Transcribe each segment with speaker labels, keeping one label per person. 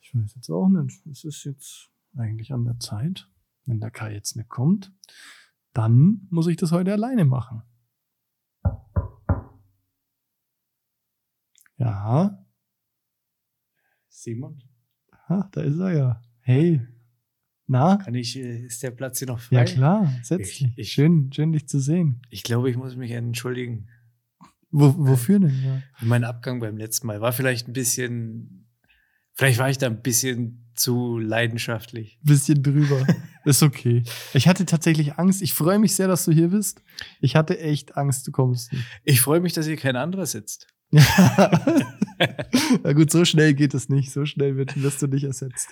Speaker 1: Ich weiß jetzt auch nicht. Es ist jetzt eigentlich an der Zeit. Wenn der Kai jetzt nicht kommt, dann muss ich das heute alleine machen. Ja.
Speaker 2: Simon,
Speaker 1: Ah, da ist er ja. Hey. Na?
Speaker 2: kann ich, äh, ist der Platz hier noch frei?
Speaker 1: Ja klar, setz
Speaker 2: Ich-
Speaker 1: dich.
Speaker 2: ich-
Speaker 1: schön, schön dich zu sehen.
Speaker 2: Ich glaube, ich muss mich entschuldigen.
Speaker 1: Wo, wofür denn? Ja.
Speaker 2: Mein Abgang beim letzten Mal war vielleicht ein bisschen, vielleicht war ich da ein bisschen zu leidenschaftlich.
Speaker 1: Bisschen drüber. ist okay. Ich hatte tatsächlich Angst. Ich freue mich sehr, dass du hier bist. Ich hatte echt Angst, du kommst nicht.
Speaker 2: Ich freue mich, dass hier kein anderer sitzt.
Speaker 1: Na gut, so schnell geht es nicht. So schnell wird, wirst du nicht ersetzt.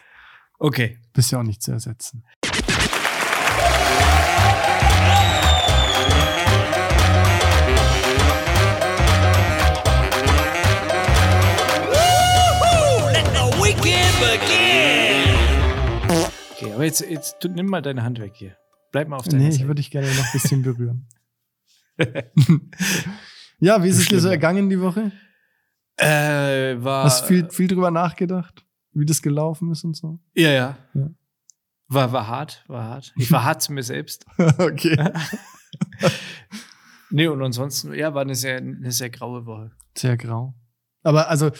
Speaker 2: Okay.
Speaker 1: Bist ja auch nicht zu ersetzen.
Speaker 3: Let the weekend begin.
Speaker 2: Okay, aber jetzt, jetzt tu, nimm mal deine Hand weg hier. Bleib mal auf deiner
Speaker 1: Nee, ich
Speaker 2: Seite.
Speaker 1: würde dich gerne noch ein bisschen berühren. ja, wie ist es dir so
Speaker 2: Schlimmer.
Speaker 1: ergangen die Woche?
Speaker 2: äh, war,
Speaker 1: Hast viel, viel drüber nachgedacht, wie das gelaufen ist und so?
Speaker 2: Ja, ja.
Speaker 1: Ja.
Speaker 2: War, war hart, war hart. Ich war hart zu mir selbst.
Speaker 1: okay.
Speaker 2: Nee, und ansonsten, ja, war eine sehr, eine sehr graue Woche.
Speaker 1: Sehr grau. Aber also,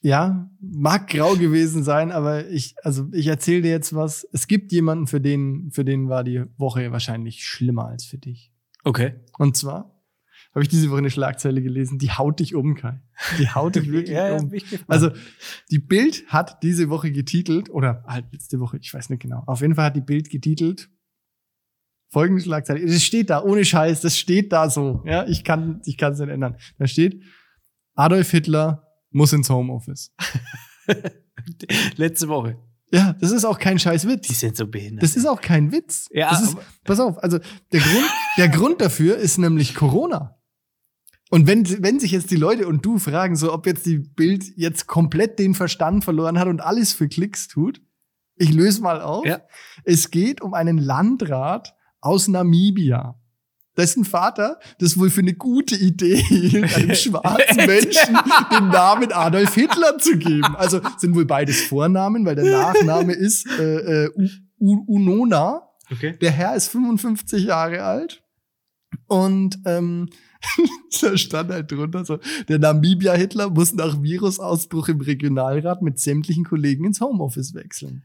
Speaker 1: ja, mag grau gewesen sein, aber ich, also ich erzähle dir jetzt was. Es gibt jemanden, für den, für den war die Woche wahrscheinlich schlimmer als für dich.
Speaker 2: Okay.
Speaker 1: Und zwar habe ich diese Woche eine Schlagzeile gelesen, die haut dich um, Kai. Die haut dich wirklich um. Also die Bild hat diese Woche getitelt, oder halt letzte Woche, ich weiß nicht genau. Auf jeden Fall hat die Bild getitelt folgende Schlagzeile. Das steht da, ohne Scheiß, das steht da so. Ja, ich kann ich kann es nicht ändern. Da steht, Adolf Hitler muss ins Homeoffice.
Speaker 2: Letzte Woche.
Speaker 1: Ja, das ist auch kein Scheißwitz.
Speaker 2: Die sind so behindert.
Speaker 1: Das ist auch kein Witz.
Speaker 2: Ja,
Speaker 1: das ist,
Speaker 2: aber-
Speaker 1: pass auf, also der Grund, der Grund dafür ist nämlich Corona. Und wenn, wenn sich jetzt die Leute und du fragen, so ob jetzt die Bild jetzt komplett den Verstand verloren hat und alles für Klicks tut, ich löse mal auf.
Speaker 2: Ja.
Speaker 1: Es geht um einen Landrat aus Namibia. Dessen Vater das wohl für eine gute Idee hielt, einem schwarzen Menschen den Namen Adolf Hitler zu geben. Also sind wohl beides Vornamen, weil der Nachname ist äh, äh, U- U- Unona.
Speaker 2: okay.
Speaker 1: Der Herr ist 55 Jahre alt und ähm, da stand halt drunter so, der Namibia-Hitler muss nach Virusausbruch im Regionalrat mit sämtlichen Kollegen ins Homeoffice wechseln.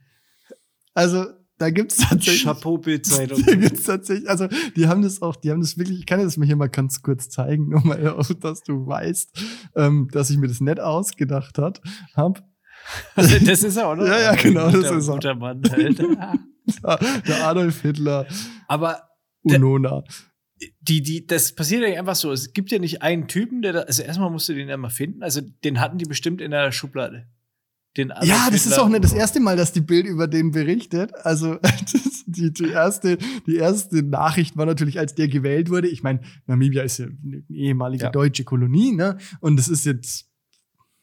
Speaker 1: Also da gibt's tatsächlich...
Speaker 2: Chapeau Bildzeitung.
Speaker 1: Da gibt's tatsächlich, also die haben das auch, die haben das wirklich, ich kann dir das mir hier mal ganz kurz zeigen, nur mal, auch, dass du weißt, ähm, dass ich mir das nett ausgedacht hat, hab. Also
Speaker 2: das ist er, oder?
Speaker 1: Ja, ja, genau, das
Speaker 2: Guter-
Speaker 1: ist er.
Speaker 2: Guter Mann,
Speaker 1: halt.
Speaker 2: Alter.
Speaker 1: Der Adolf Hitler,
Speaker 2: Aber Der-
Speaker 1: Unona.
Speaker 2: die, die, das passiert ja einfach so. Es gibt ja nicht einen Typen, der da, also erstmal musst du den ja mal finden. Also den hatten die bestimmt in der Schublade. Den Adolf
Speaker 1: Ja, das ist
Speaker 2: Hitler-
Speaker 1: auch nicht das erste Mal, dass die Bild über den berichtet. Also das, die, die, erste, die erste Nachricht war natürlich, als der gewählt wurde. Ich meine, Namibia ist ja eine ehemalige
Speaker 2: Ja.
Speaker 1: deutsche Kolonie, ne? Und es ist jetzt,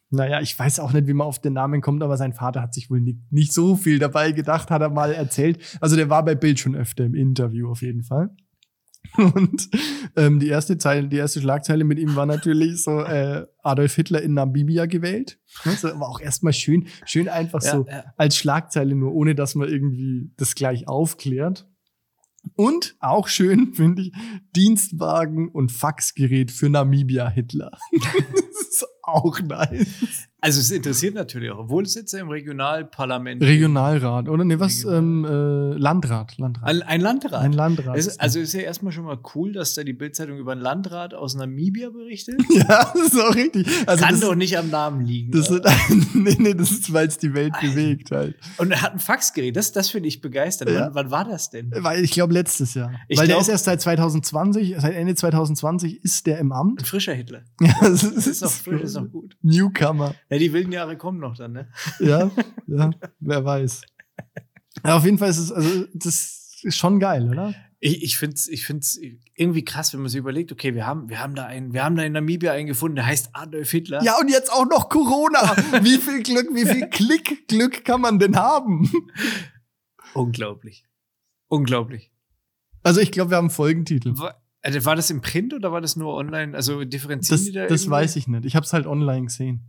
Speaker 1: naja, ich weiß auch nicht, wie man auf den Namen kommt, aber sein Vater hat sich wohl nicht, nicht so viel dabei gedacht, hat er mal erzählt. Also der war bei Bild schon öfter im Interview auf jeden Fall. Und ähm, die erste Zeile, die erste Schlagzeile mit ihm war natürlich so äh, Adolf Hitler in Namibia gewählt. Ne? So, aber auch erstmal schön, schön einfach
Speaker 2: Ja,
Speaker 1: so
Speaker 2: ja.
Speaker 1: als Schlagzeile nur, ohne dass man irgendwie das gleich aufklärt. Und auch schön, finde ich, Dienstwagen und Faxgerät für Namibia-Hitler. das ist auch nice.
Speaker 2: Also es interessiert natürlich auch, obwohl es jetzt ja im Regionalparlament
Speaker 1: Regionalrat, oder? Nee, was? Ähm,
Speaker 2: Regional.
Speaker 1: äh, Landrat. Landrat.
Speaker 2: Ein, ein Landrat.
Speaker 1: Ein Landrat.
Speaker 2: Es ist, also ist ja erstmal schon mal cool, dass da die Bildzeitung über einen Landrat aus Namibia berichtet.
Speaker 1: ja, das ist auch richtig. Also
Speaker 2: Kann
Speaker 1: das,
Speaker 2: doch nicht am Namen liegen.
Speaker 1: das
Speaker 2: oder?
Speaker 1: sind, nee, nee, das ist, weil es die Welt bewegt halt.
Speaker 2: und er hat ein Faxgerät. Das, das finde ich begeistert.
Speaker 1: Ja.
Speaker 2: Wann, wann war das denn?
Speaker 1: Weil ich glaube letztes Jahr.
Speaker 2: Ich
Speaker 1: Weil der
Speaker 2: glaub-
Speaker 1: ist erst seit 2020, seit Ende 2020 ist der im Amt.
Speaker 2: Ein frischer Hitler.
Speaker 1: Ja, das
Speaker 2: Das ist noch, frisch, das ist noch gut.
Speaker 1: Newcomer.
Speaker 2: Ja, die wilden Jahre kommen noch dann, ne?
Speaker 1: Ja, ja, wer weiß. Ja, auf jeden Fall ist es, also das ist schon geil, oder?
Speaker 2: Ich, ich finde es ich find's irgendwie krass, wenn man sich überlegt, okay, wir haben, wir haben da einen, wir haben da in Namibia einen gefunden, der heißt Adolf Hitler.
Speaker 1: Ja, und jetzt auch noch Corona. Wie viel Glück, wie viel Klickglück kann man denn haben?
Speaker 2: Unglaublich. Unglaublich.
Speaker 1: Also ich glaube, wir haben einen Folgentitel.
Speaker 2: War, also war das im Print oder war das nur online? Also differenzieren
Speaker 1: Das,
Speaker 2: die da
Speaker 1: das
Speaker 2: irgendwie?
Speaker 1: weiß ich nicht. Ich habe es halt online gesehen.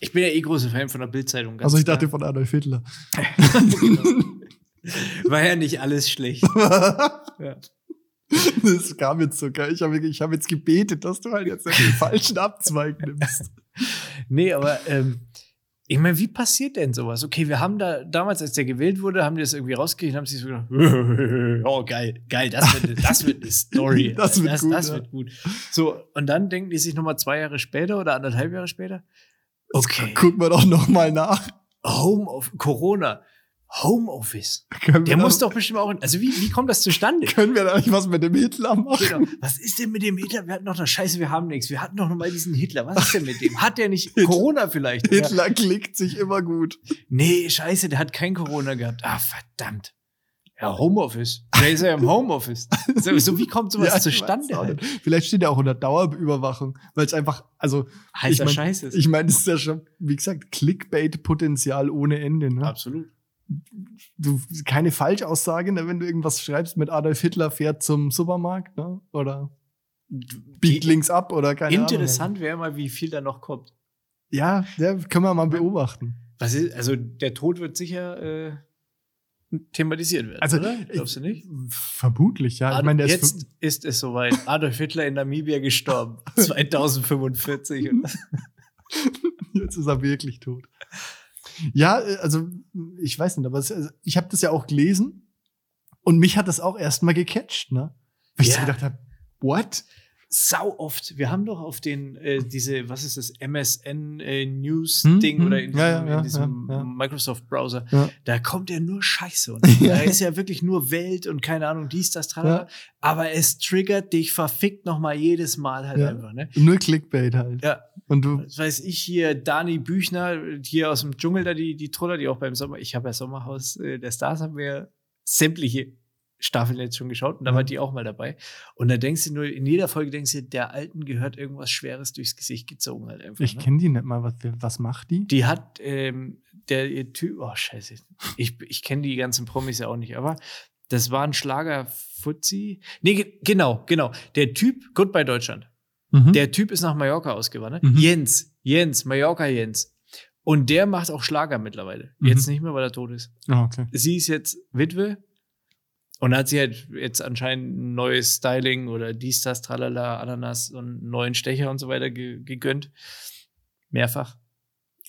Speaker 2: Ich bin ja eh großer Fan von der Bildzeitung. ganz
Speaker 1: Also ich
Speaker 2: klar.
Speaker 1: dachte von Adolf Hitler.
Speaker 2: war ja nicht alles schlecht. Ja.
Speaker 1: Das kam jetzt sogar. Ich habe ich hab jetzt gebetet, dass du halt jetzt den falschen Abzweig nimmst.
Speaker 2: Nee, aber ähm, ich meine, wie passiert denn sowas? Okay, wir haben da damals, als der gewählt wurde, haben die das irgendwie rausgekriegt und haben sich so gedacht, oh geil, geil, das wird, das wird eine Story.
Speaker 1: Das wird
Speaker 2: das,
Speaker 1: gut,
Speaker 2: Das
Speaker 1: ja.
Speaker 2: wird gut. So, und dann denken die sich nochmal zwei Jahre später oder anderthalb Jahre später, okay,
Speaker 1: Gucken wir doch nochmal nach.
Speaker 2: Home of Corona, Homeoffice.
Speaker 1: Können wir
Speaker 2: Der
Speaker 1: da-
Speaker 2: muss doch bestimmt auch, in, also wie, wie kommt das zustande?
Speaker 1: Können wir da nicht was mit dem Hitler machen?
Speaker 2: Genau. Was ist denn mit dem Hitler? Wir hatten doch eine Scheiße, wir haben nichts. Wir hatten doch nochmal diesen Hitler. Was ist denn mit dem? Hat der nicht Corona vielleicht? Ja.
Speaker 1: Hitler klickt sich immer gut.
Speaker 2: Nee, scheiße, der hat kein Corona gehabt. Ah, verdammt. Ja, Homeoffice. Der ist ja im Homeoffice. So, so wie kommt sowas
Speaker 1: Ja, ich weiß
Speaker 2: zustande?
Speaker 1: auch
Speaker 2: Halt?
Speaker 1: nicht. Vielleicht steht er auch unter Dauerüberwachung, weil es einfach, also
Speaker 2: Heißer
Speaker 1: Ich mein-
Speaker 2: Scheiße. ist.
Speaker 1: ich meine, es ist ja schon, wie gesagt, Clickbait-Potenzial ohne Ende. Ne?
Speaker 2: Absolut.
Speaker 1: Du, keine Falschaussage, ne, wenn du irgendwas schreibst mit Adolf Hitler fährt zum Supermarkt ne? oder biegt links ab oder keine Ahnung.
Speaker 2: Interessant wäre mal, wie viel da noch kommt.
Speaker 1: Ja, ja, können wir mal beobachten.
Speaker 2: Was ist, also der Tod wird sicher äh, thematisiert werden.
Speaker 1: Also,
Speaker 2: oder? glaubst du nicht?
Speaker 1: Vermutlich, ja. Ich meine, der ist
Speaker 2: jetzt ist es soweit. Adolf Hitler in Namibia gestorben. 2045. Und
Speaker 1: Jetzt ist er wirklich tot. Ja, äh, also ich weiß nicht, aber es, also, ich habe das ja auch gelesen und mich hat das auch erstmal gecatcht, ne? Weil ich so
Speaker 2: Ja.
Speaker 1: gedacht habe, what?
Speaker 2: sau oft. Wir haben doch auf den, äh, diese, was ist das,
Speaker 1: Hm,
Speaker 2: MSN-News-Ding
Speaker 1: hm.
Speaker 2: äh, oder in diesem,
Speaker 1: Ja, ja, ja,
Speaker 2: in diesem
Speaker 1: ja, ja.
Speaker 2: Microsoft-Browser,
Speaker 1: Ja.
Speaker 2: da kommt ja nur Scheiße. Und
Speaker 1: Ja.
Speaker 2: Da ist ja wirklich nur Welt und keine Ahnung, dies, das, dran.
Speaker 1: Ja.
Speaker 2: Aber es triggert dich verfickt nochmal jedes Mal halt
Speaker 1: Ja.
Speaker 2: einfach, ne?
Speaker 1: Nur Clickbait halt.
Speaker 2: Ja.
Speaker 1: Und du,
Speaker 2: Was weiß ich hier, Dani Büchner, hier aus dem Dschungel, da die, die Troller, die auch beim Sommer, ich habe ja Sommerhaus äh, der Stars, haben wir sämtliche Staffeln jetzt schon geschaut und da
Speaker 1: Ja.
Speaker 2: war die auch mal dabei. Und da denkst du nur, in jeder Folge denkst du, der Alten gehört irgendwas Schweres durchs Gesicht gezogen halt einfach.
Speaker 1: ich
Speaker 2: ne?
Speaker 1: kenne die nicht mal. Was, was macht die?
Speaker 2: Die hat, ähm, der ihr Typ, oh scheiße, ich, ich kenne die ganzen Promis ja auch nicht, aber das war ein Schlager Fuzzi. Nee, ge- genau, genau. Der Typ, Goodbye Deutschland.
Speaker 1: Mhm.
Speaker 2: Der Typ ist nach Mallorca ausgewandert.
Speaker 1: Mhm.
Speaker 2: Jens, Jens, Mallorca Jens. Und der macht auch Schlager mittlerweile.
Speaker 1: Mhm.
Speaker 2: Jetzt nicht mehr, weil er tot ist.
Speaker 1: Ah, okay.
Speaker 2: Sie ist jetzt Witwe und hat sie halt jetzt anscheinend ein neues Styling oder dies, das, tralala, Ananas und einen neuen Stecher und so weiter ge gegönnt. Mehrfach.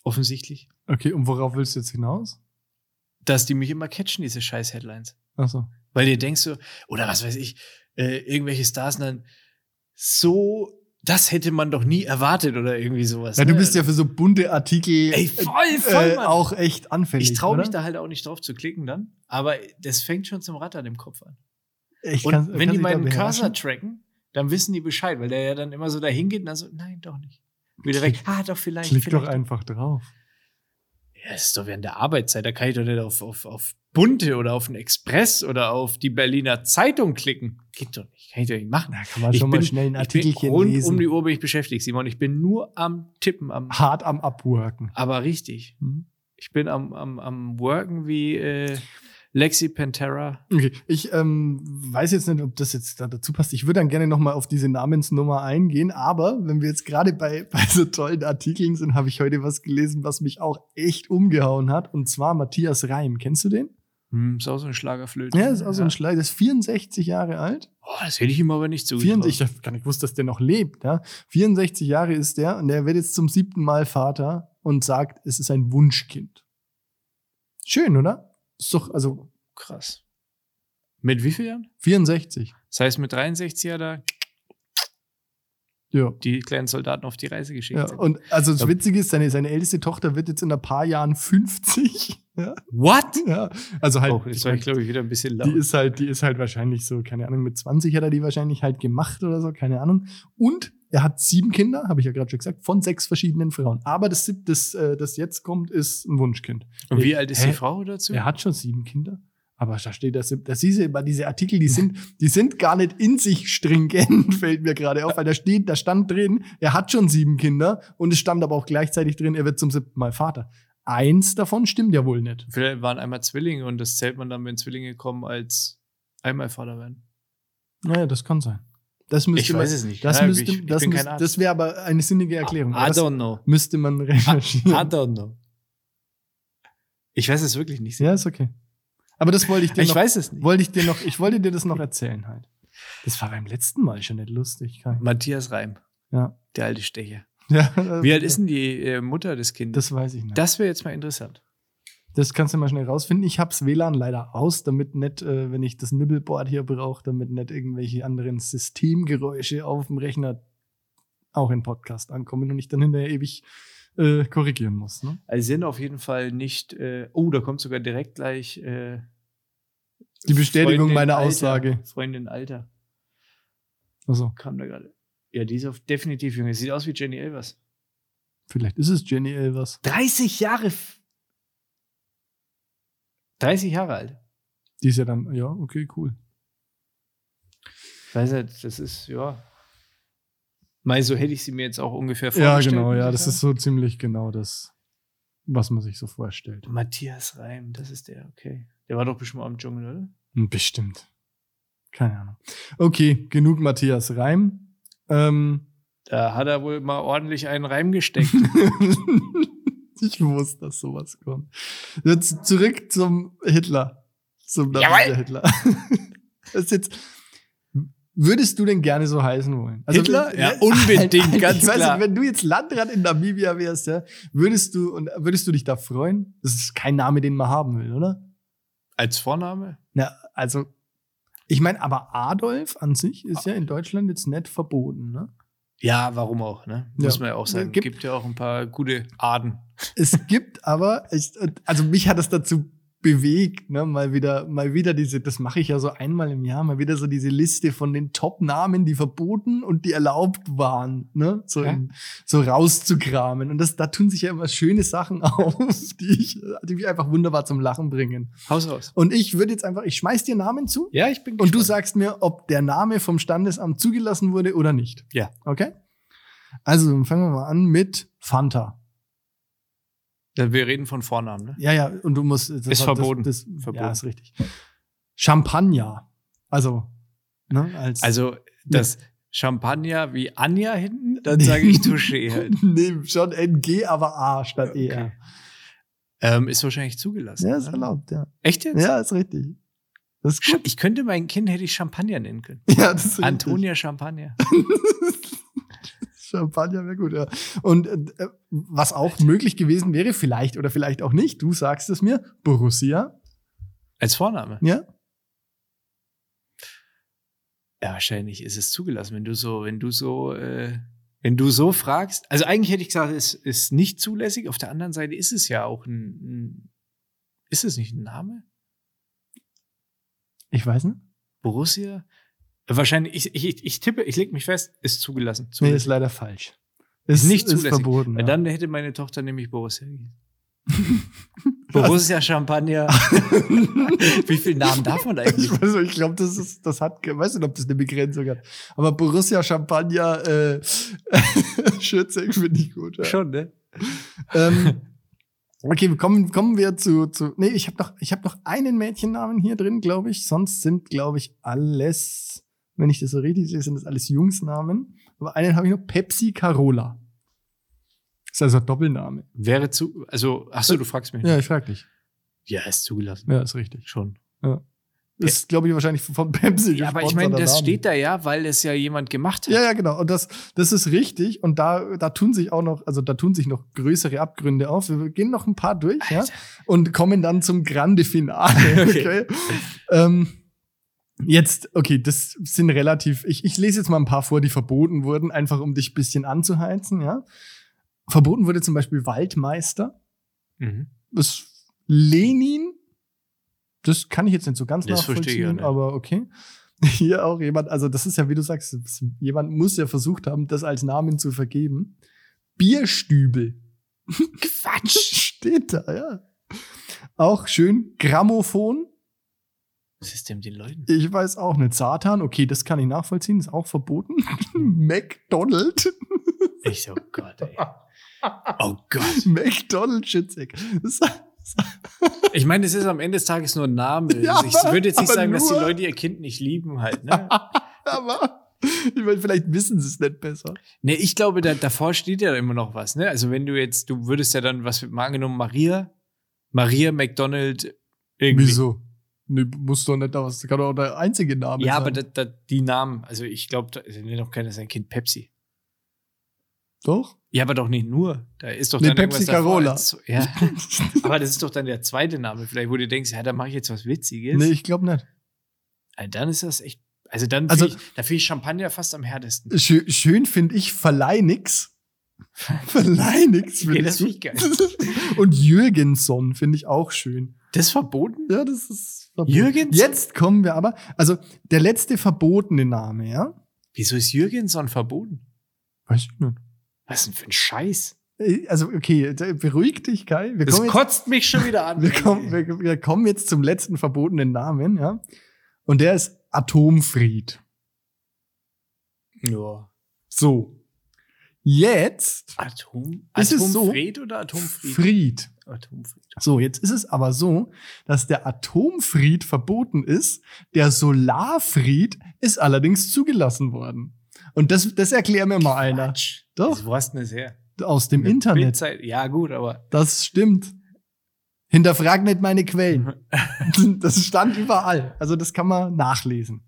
Speaker 2: Offensichtlich.
Speaker 1: Okay, und worauf willst du jetzt hinaus?
Speaker 2: Dass die mich immer catchen, diese scheiß Headlines.
Speaker 1: Achso.
Speaker 2: Weil dir denkst du, oder was weiß ich, äh, irgendwelche Stars und dann so, das hätte man doch nie erwartet oder irgendwie sowas.
Speaker 1: Ja, du
Speaker 2: ne?
Speaker 1: bist ja für so bunte Artikel
Speaker 2: Ey, voll, voll,
Speaker 1: äh,
Speaker 2: Mann.
Speaker 1: auch echt anfällig.
Speaker 2: Ich traue mich
Speaker 1: oder?
Speaker 2: da halt auch nicht drauf zu klicken dann, aber das fängt schon zum Rattern im Kopf an.
Speaker 1: Ich
Speaker 2: Und
Speaker 1: kann- kann
Speaker 2: wenn die
Speaker 1: sich da
Speaker 2: meinen
Speaker 1: beherrschen.
Speaker 2: Cursor tracken, dann wissen die Bescheid, weil der ja dann immer so dahin geht und dann so, nein, doch nicht. Wieder weg. Ah, doch, vielleicht.
Speaker 1: Klick
Speaker 2: vielleicht.
Speaker 1: doch einfach drauf.
Speaker 2: Ja, das ist doch während der Arbeitszeit. Da kann ich doch nicht auf, auf, auf Bunte oder auf den Express oder auf die Berliner Zeitung klicken. Geht doch nicht. Kann ich doch nicht machen.
Speaker 1: Na, kann man
Speaker 2: Ich
Speaker 1: schon
Speaker 2: bin-
Speaker 1: mal schnell ein
Speaker 2: ich bin
Speaker 1: Artikelchen
Speaker 2: rund
Speaker 1: lesen.
Speaker 2: um die Uhr bin ich beschäftigt, Simon. Ich bin nur am Tippen, am,
Speaker 1: Hart am Abworken.
Speaker 2: aber richtig.
Speaker 1: Hm?
Speaker 2: Ich bin am, am, am Worken wie äh, Lexi Pantera.
Speaker 1: Okay, ich ähm, weiß jetzt nicht, ob das jetzt da dazu passt. Ich würde dann gerne nochmal auf diese Namensnummer eingehen, aber wenn wir jetzt gerade bei, bei so tollen Artikeln sind, habe ich heute was gelesen, was mich auch echt umgehauen hat. Und zwar Matthias Reim. Kennst du den?
Speaker 2: Hm, ist auch so ein Schlagerflöte. ne?
Speaker 1: Ja, ist auch so ein Schleier, der ist 64 Jahre alt.
Speaker 2: Oh, das hätte ich ihm aber nicht so
Speaker 1: 64, ich habe gar nicht gewusst, dass der noch lebt. Ja? 64 Jahre ist der und der wird jetzt zum siebten Mal Vater und sagt, es ist ein Wunschkind. Schön, oder? Ist doch, also
Speaker 2: Krass. Mit wie vielen Jahren?
Speaker 1: 64.
Speaker 2: Das heißt, mit 63 hat er
Speaker 1: Ja.
Speaker 2: die kleinen Soldaten auf die Reise geschickt.
Speaker 1: Ja, und also das
Speaker 2: Ja.
Speaker 1: Witzige ist, seine, seine älteste Tochter wird jetzt in ein paar Jahren 50. Ja,
Speaker 2: What?
Speaker 1: ja. Also halt,
Speaker 2: Oh, das war, glaube ich, wieder ein bisschen
Speaker 1: die
Speaker 2: laut.
Speaker 1: ist halt, die ist halt wahrscheinlich so, keine Ahnung, mit 20 hat er die wahrscheinlich halt gemacht oder so, keine Ahnung. Und er hat sieben Kinder, habe ich ja gerade schon gesagt, von sechs verschiedenen Frauen. Aber das siebte, das, äh, das jetzt kommt, ist ein Wunschkind.
Speaker 2: Und wie alt ist
Speaker 1: Hä?
Speaker 2: die Frau dazu?
Speaker 1: Er hat schon sieben Kinder. Aber da steht das, das ist immer diese Artikel, die sind, die sind gar nicht in sich stringent, fällt mir gerade auf, weil da steht, da stand drin, er hat schon sieben Kinder und es stand aber auch gleichzeitig drin, er wird zum siebten Mal Vater. Eins davon stimmt ja wohl nicht.
Speaker 2: Vielleicht waren einmal Zwillinge und das zählt man dann, wenn Zwillinge kommen, als einmal Vater werden.
Speaker 1: Naja, das kann sein. Das müsste
Speaker 2: Ich
Speaker 1: man,
Speaker 2: weiß es nicht.
Speaker 1: Das,
Speaker 2: Ja,
Speaker 1: müsste,
Speaker 2: ich- ich
Speaker 1: das,
Speaker 2: bin kein
Speaker 1: müsste,
Speaker 2: Arzt.
Speaker 1: das wäre aber eine sinnige Erklärung.
Speaker 2: I
Speaker 1: Das
Speaker 2: don't know.
Speaker 1: müsste man
Speaker 2: I
Speaker 1: recherchieren.
Speaker 2: don't know. Ich weiß es wirklich nicht.
Speaker 1: Ja, ist okay. Aber das wollte ich dir
Speaker 2: Ich
Speaker 1: noch,
Speaker 2: weiß es nicht.
Speaker 1: wollte ich dir noch, ich wollte dir das noch erzählen halt. Das war beim letzten Mal schon nicht lustig. Kai.
Speaker 2: Matthias Reim.
Speaker 1: Ja.
Speaker 2: Der alte Stecher.
Speaker 1: Ja,
Speaker 2: Wie alt ist denn die äh, Mutter des Kindes?
Speaker 1: Das weiß ich nicht. Das,
Speaker 2: Das wäre jetzt mal interessant.
Speaker 1: kannst du mal schnell rausfinden. Ich hab's WLAN leider aus, damit nicht, äh, wenn ich das Nibbelboard hier brauche, damit nicht irgendwelche anderen Systemgeräusche auf dem Rechner auch im Podcast ankommen und ich dann hinterher ewig äh, korrigieren muss. Ne?
Speaker 2: Also sind auf jeden Fall nicht. Äh, oh, da kommt sogar direkt gleich äh,
Speaker 1: Die Bestätigung
Speaker 2: Freundin
Speaker 1: meiner
Speaker 2: Alter.
Speaker 1: Aussage.
Speaker 2: Freundin Alter
Speaker 1: Also,
Speaker 2: kam da gerade. Ja, die ist auf definitiv jünger. Sieht aus wie Jenny Elvers.
Speaker 1: vielleicht ist es Jenny Elvers.
Speaker 2: 30 Jahre. f- 30 Jahre alt.
Speaker 1: Die ist ja dann, ja, okay, cool.
Speaker 2: Ich weiß nicht, das ist, ja. Mei, so hätte ich sie mir jetzt auch ungefähr
Speaker 1: Ja,
Speaker 2: vorgestellt.
Speaker 1: genau,
Speaker 2: muss
Speaker 1: ja,
Speaker 2: ich
Speaker 1: das
Speaker 2: sagen.
Speaker 1: ist so ziemlich genau das, was man sich so vorstellt.
Speaker 2: Matthias Reim, das ist der, okay. Der war doch bestimmt mal im Dschungel, oder?
Speaker 1: Bestimmt. Keine Ahnung. Okay, genug Matthias Reim. Ähm,
Speaker 2: Da hat er wohl mal ordentlich einen Reim gesteckt.
Speaker 1: ich wusste, dass sowas kommt. Jetzt zurück zum Hitler. Zum Nazi
Speaker 3: Jawohl.
Speaker 1: der Hitler. das ist jetzt. Würdest du denn gerne so heißen wollen? Also Halt,
Speaker 2: Hitler? Ja,
Speaker 1: ich
Speaker 2: unbedingt, ganz
Speaker 1: weiß
Speaker 2: klar.
Speaker 1: Nicht, wenn du jetzt Landrat in Namibia wärst, ja, würdest du und würdest du dich da freuen? Das ist kein Name, den man haben will, oder?
Speaker 2: Als Vorname?
Speaker 1: Na, also ich meine, aber Adolf an sich ist
Speaker 2: Ah.
Speaker 1: ja in Deutschland jetzt nicht verboten, ne?
Speaker 2: Ja, warum auch, ne?
Speaker 1: Ja.
Speaker 2: Muss man ja auch sagen.
Speaker 1: Gibt-
Speaker 2: Gibt, ja auch ein paar gute Aden.
Speaker 1: Es gibt aber, ich, also mich hat es dazu bewegt, ne, mal wieder, mal wieder diese, das mache ich ja so einmal im Jahr, mal wieder so diese Liste von den Top-Namen, die verboten und die erlaubt waren, ne, so,
Speaker 2: Ja.
Speaker 1: in, so rauszukramen. Und das, da tun sich ja immer schöne Sachen auf, die ich, die mich einfach wunderbar zum Lachen bringen.
Speaker 2: Haus raus.
Speaker 1: Und ich würde jetzt einfach, ich schmeiß dir Namen zu
Speaker 2: Ja, ich bin
Speaker 1: und du
Speaker 2: gespannt.
Speaker 1: sagst mir, ob der Name vom Standesamt zugelassen wurde oder nicht.
Speaker 2: Ja.
Speaker 1: Okay? Also, dann fangen wir mal an mit Fanta.
Speaker 2: Ja, Wir reden von Vornamen, ne?
Speaker 1: Ja, ja, und du musst. Das
Speaker 2: Ist verboten.
Speaker 1: Das, das,
Speaker 2: Verboten.
Speaker 1: Ja, ist richtig. Champagner. Also, ne, als.
Speaker 2: Also, das Champagner wie Anja hinten, dann sage ich Touché halt.
Speaker 1: nee, schon NG, aber A statt
Speaker 2: Okay.
Speaker 1: ER.
Speaker 2: Ähm, ist wahrscheinlich zugelassen.
Speaker 1: Ja, ist
Speaker 2: oder?
Speaker 1: erlaubt, ja.
Speaker 2: Echt jetzt?
Speaker 1: Ja, ist richtig. Das ist
Speaker 2: Scha-
Speaker 1: gut.
Speaker 2: Ich könnte mein Kind hätte ich Champagner nennen können.
Speaker 1: Ja, das ist
Speaker 2: Antonia Champagner.
Speaker 1: Richtig. Champagner wäre gut, ja. Und äh, was auch möglich gewesen wäre, vielleicht oder vielleicht auch nicht, du sagst es mir, Borussia.
Speaker 2: Als Vorname.
Speaker 1: Ja.
Speaker 2: Ja, wahrscheinlich ist es zugelassen, wenn du so, wenn du so, äh, wenn du so fragst. Also eigentlich hätte ich gesagt, es ist nicht zulässig. Auf der anderen Seite ist es ja auch ein, ein ist es nicht ein Name?
Speaker 1: Ich weiß nicht.
Speaker 2: Borussia? Wahrscheinlich, ich, ich- ich, ich tippe, ich leg mich fest, ist zugelassen.
Speaker 1: Nee,
Speaker 2: zugelassen.
Speaker 1: ist leider falsch.
Speaker 2: Ist nicht
Speaker 1: ist
Speaker 2: zulässig.
Speaker 1: verboten.
Speaker 2: Weil
Speaker 1: ja.
Speaker 2: dann hätte meine Tochter nämlich Borussia gegeben. Borussia Champagner. Wie viele Namen darf man
Speaker 1: Ich,
Speaker 2: eigentlich?
Speaker 1: weiß nicht, ich glaube, das ist, das hat, ich weiß nicht, ob das eine Begrenzung hat. Aber Borussia Champagner äh, Schürzing finde ich gut. Ja.
Speaker 2: Schon, ne?
Speaker 1: Ähm, okay, kommen, kommen wir zu, zu nee, ich habe noch, ich habe noch einen Mädchennamen hier drin, glaube ich. Sonst sind, glaube ich, alles, wenn ich das so richtig sehe, sind das alles Jungsnamen. Aber einen habe ich noch, Pepsi Carola. Ist also ein Doppelname.
Speaker 2: Wäre zu, also, ach so, du fragst mich.
Speaker 1: Ja, ich frag dich.
Speaker 2: Ja, ist zugelassen.
Speaker 1: Ja, ist richtig.
Speaker 2: Schon.
Speaker 1: Ist, glaube ich, wahrscheinlich von Pepsi.
Speaker 2: Ja, aber ich
Speaker 1: gesponserter
Speaker 2: meine, das
Speaker 1: Name.
Speaker 2: steht da ja, weil es ja jemand gemacht hat.
Speaker 1: Ja, ja, genau. Und das, das ist richtig. Und da, da tun sich auch noch, also da tun sich noch größere Abgründe auf. Wir gehen noch ein paar durch, ja.
Speaker 2: Alter.
Speaker 1: Und kommen dann zum Grande Finale. Okay.
Speaker 2: Okay.
Speaker 1: ähm, jetzt, okay, das sind relativ, ich, ich lese jetzt mal ein paar vor, die verboten wurden, einfach um dich ein bisschen anzuheizen, ja. Verboten wurde zum Beispiel Waldmeister.
Speaker 2: Mhm.
Speaker 1: Das Lenin. Das kann ich jetzt nicht so ganz
Speaker 2: Das verstehe ich
Speaker 1: nachvollziehen,
Speaker 2: ja nicht.
Speaker 1: aber okay. Hier auch jemand, also das ist ja, wie du sagst, das- jemand muss ja versucht haben, das als Namen zu vergeben. Bierstübel. Quatsch. Steht da, ja. Auch schön Grammophon.
Speaker 2: Was ist denn mit den Leuten?
Speaker 1: Ich weiß auch nicht. Satan, okay, das kann ich nachvollziehen, ist auch verboten. McDonald.
Speaker 2: Ich so, Gott, ey. Oh Gott.
Speaker 1: McDonald Schützig. Das ist
Speaker 2: Ich meine, es ist am Ende des Tages nur ein Name. Also
Speaker 1: Ja,
Speaker 2: ich würde jetzt nicht
Speaker 1: aber
Speaker 2: sagen, dass die
Speaker 1: nur-
Speaker 2: Leute ihr Kind nicht lieben halt, ne?
Speaker 1: aber Ich meine, vielleicht wissen sie es nicht besser.
Speaker 2: Nee, ich glaube, da, davor steht ja immer noch was, ne? Also wenn du jetzt, du würdest ja dann, was mal angenommen, Maria, Maria McDonald irgendwie.
Speaker 1: Wieso? Nee, muss doch nicht aus. Das kann doch der einzige Name
Speaker 2: Ja,
Speaker 1: sein.
Speaker 2: aber da, da, die Namen, also ich glaube, da nennt doch keiner sein Kind Pepsi.
Speaker 1: Doch?
Speaker 2: Ja, aber doch nicht nur. Da ist doch
Speaker 1: Nee,
Speaker 2: dann
Speaker 1: Pepsi
Speaker 2: irgendwas davor
Speaker 1: Carola.
Speaker 2: als- Ja. aber das ist doch dann der zweite Name, vielleicht, wo du denkst, ja, da mache ich jetzt was Witziges.
Speaker 1: Nee, ich glaube nicht.
Speaker 2: Also dann ist das echt. Also dann
Speaker 1: Also-
Speaker 2: also, ich, da finde ich Champagner fast am härtesten.
Speaker 1: Schö schön finde ich Verleih nix. Verleih nix.
Speaker 2: Okay,
Speaker 1: find
Speaker 2: das
Speaker 1: ich
Speaker 2: finde ich geil.
Speaker 1: gut. Und Jürgenson finde ich auch schön.
Speaker 2: Das ist verboten?
Speaker 1: Ja, das ist verboten.
Speaker 2: Jürgenson?
Speaker 1: Jetzt kommen wir aber, also der letzte verbotene Name, ja?
Speaker 2: Wieso ist Jürgenson verboten?
Speaker 1: Weiß ich nicht.
Speaker 2: Was denn für ein Scheiß?
Speaker 1: Äh, Also, okay, da- beruhig dich, Kai. Wir
Speaker 2: Das
Speaker 1: kommen, jetzt,
Speaker 2: kotzt mich schon wieder an.
Speaker 1: wir, kommen, wir, wir kommen jetzt zum letzten verbotenen Namen, ja? Und der ist Atomfried.
Speaker 2: ja.
Speaker 1: So. Jetzt
Speaker 2: Atom,
Speaker 1: Ist es so?
Speaker 2: Atomfried oder Atomfried?
Speaker 1: Fried.
Speaker 2: Atomfried.
Speaker 1: So, jetzt ist es aber so, dass der Atomfried verboten ist, der Solarfried ist allerdings zugelassen worden. Und das, das erklär mir mal einer
Speaker 2: Quatsch.
Speaker 1: Doch.
Speaker 2: Also, wo hast denn das her?
Speaker 1: aus dem
Speaker 2: Mit
Speaker 1: Internet.
Speaker 2: Bildzeit- Ja, gut, aber.
Speaker 1: Das stimmt. Hinterfrag nicht meine Quellen.
Speaker 2: Mhm.
Speaker 1: Das stand überall. Also das kann man nachlesen.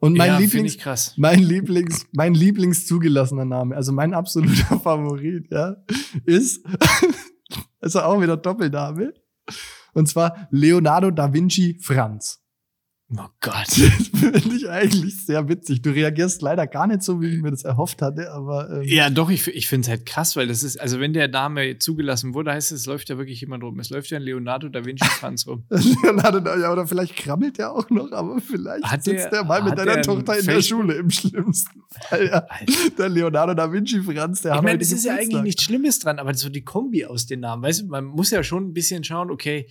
Speaker 1: Und mein,
Speaker 2: ja, finde
Speaker 1: Lieblings,
Speaker 2: ich krass.
Speaker 1: mein Lieblings, mein Lieblings zugelassener Name, also mein absoluter Favorit, ja, ist, also auch wieder Doppelname. Und zwar Leonardo da Vinci Franz.
Speaker 2: Oh Gott.
Speaker 1: Das finde ich eigentlich sehr witzig. Du reagierst leider gar nicht so, wie ich mir das erhofft hatte, aber ähm,
Speaker 2: Ja, doch, ich, fi- ich finde es halt krass, weil das ist, also wenn der Name zugelassen wurde, heißt es, es läuft ja wirklich jemand rum. Es läuft ja ein Leonardo da Vinci Franz rum.
Speaker 1: Leonardo da, ja, oder vielleicht krabbelt er auch noch, aber vielleicht
Speaker 2: Hat
Speaker 1: sitzt
Speaker 2: der-
Speaker 1: er mal mit
Speaker 2: hat
Speaker 1: deiner
Speaker 2: der
Speaker 1: Tochter
Speaker 2: ein
Speaker 1: in der
Speaker 2: Facebook-
Speaker 1: Schule im schlimmsten Fall. Ja.
Speaker 2: Alter.
Speaker 1: Der Leonardo da Vinci Franz, der
Speaker 2: Ich
Speaker 1: hat
Speaker 2: meine,
Speaker 1: heute
Speaker 2: das ist ja eigentlich
Speaker 1: Geburtstag.
Speaker 2: nichts Schlimmes dran, aber so die Kombi aus den Namen, weißt du, man muss ja schon ein bisschen schauen, okay,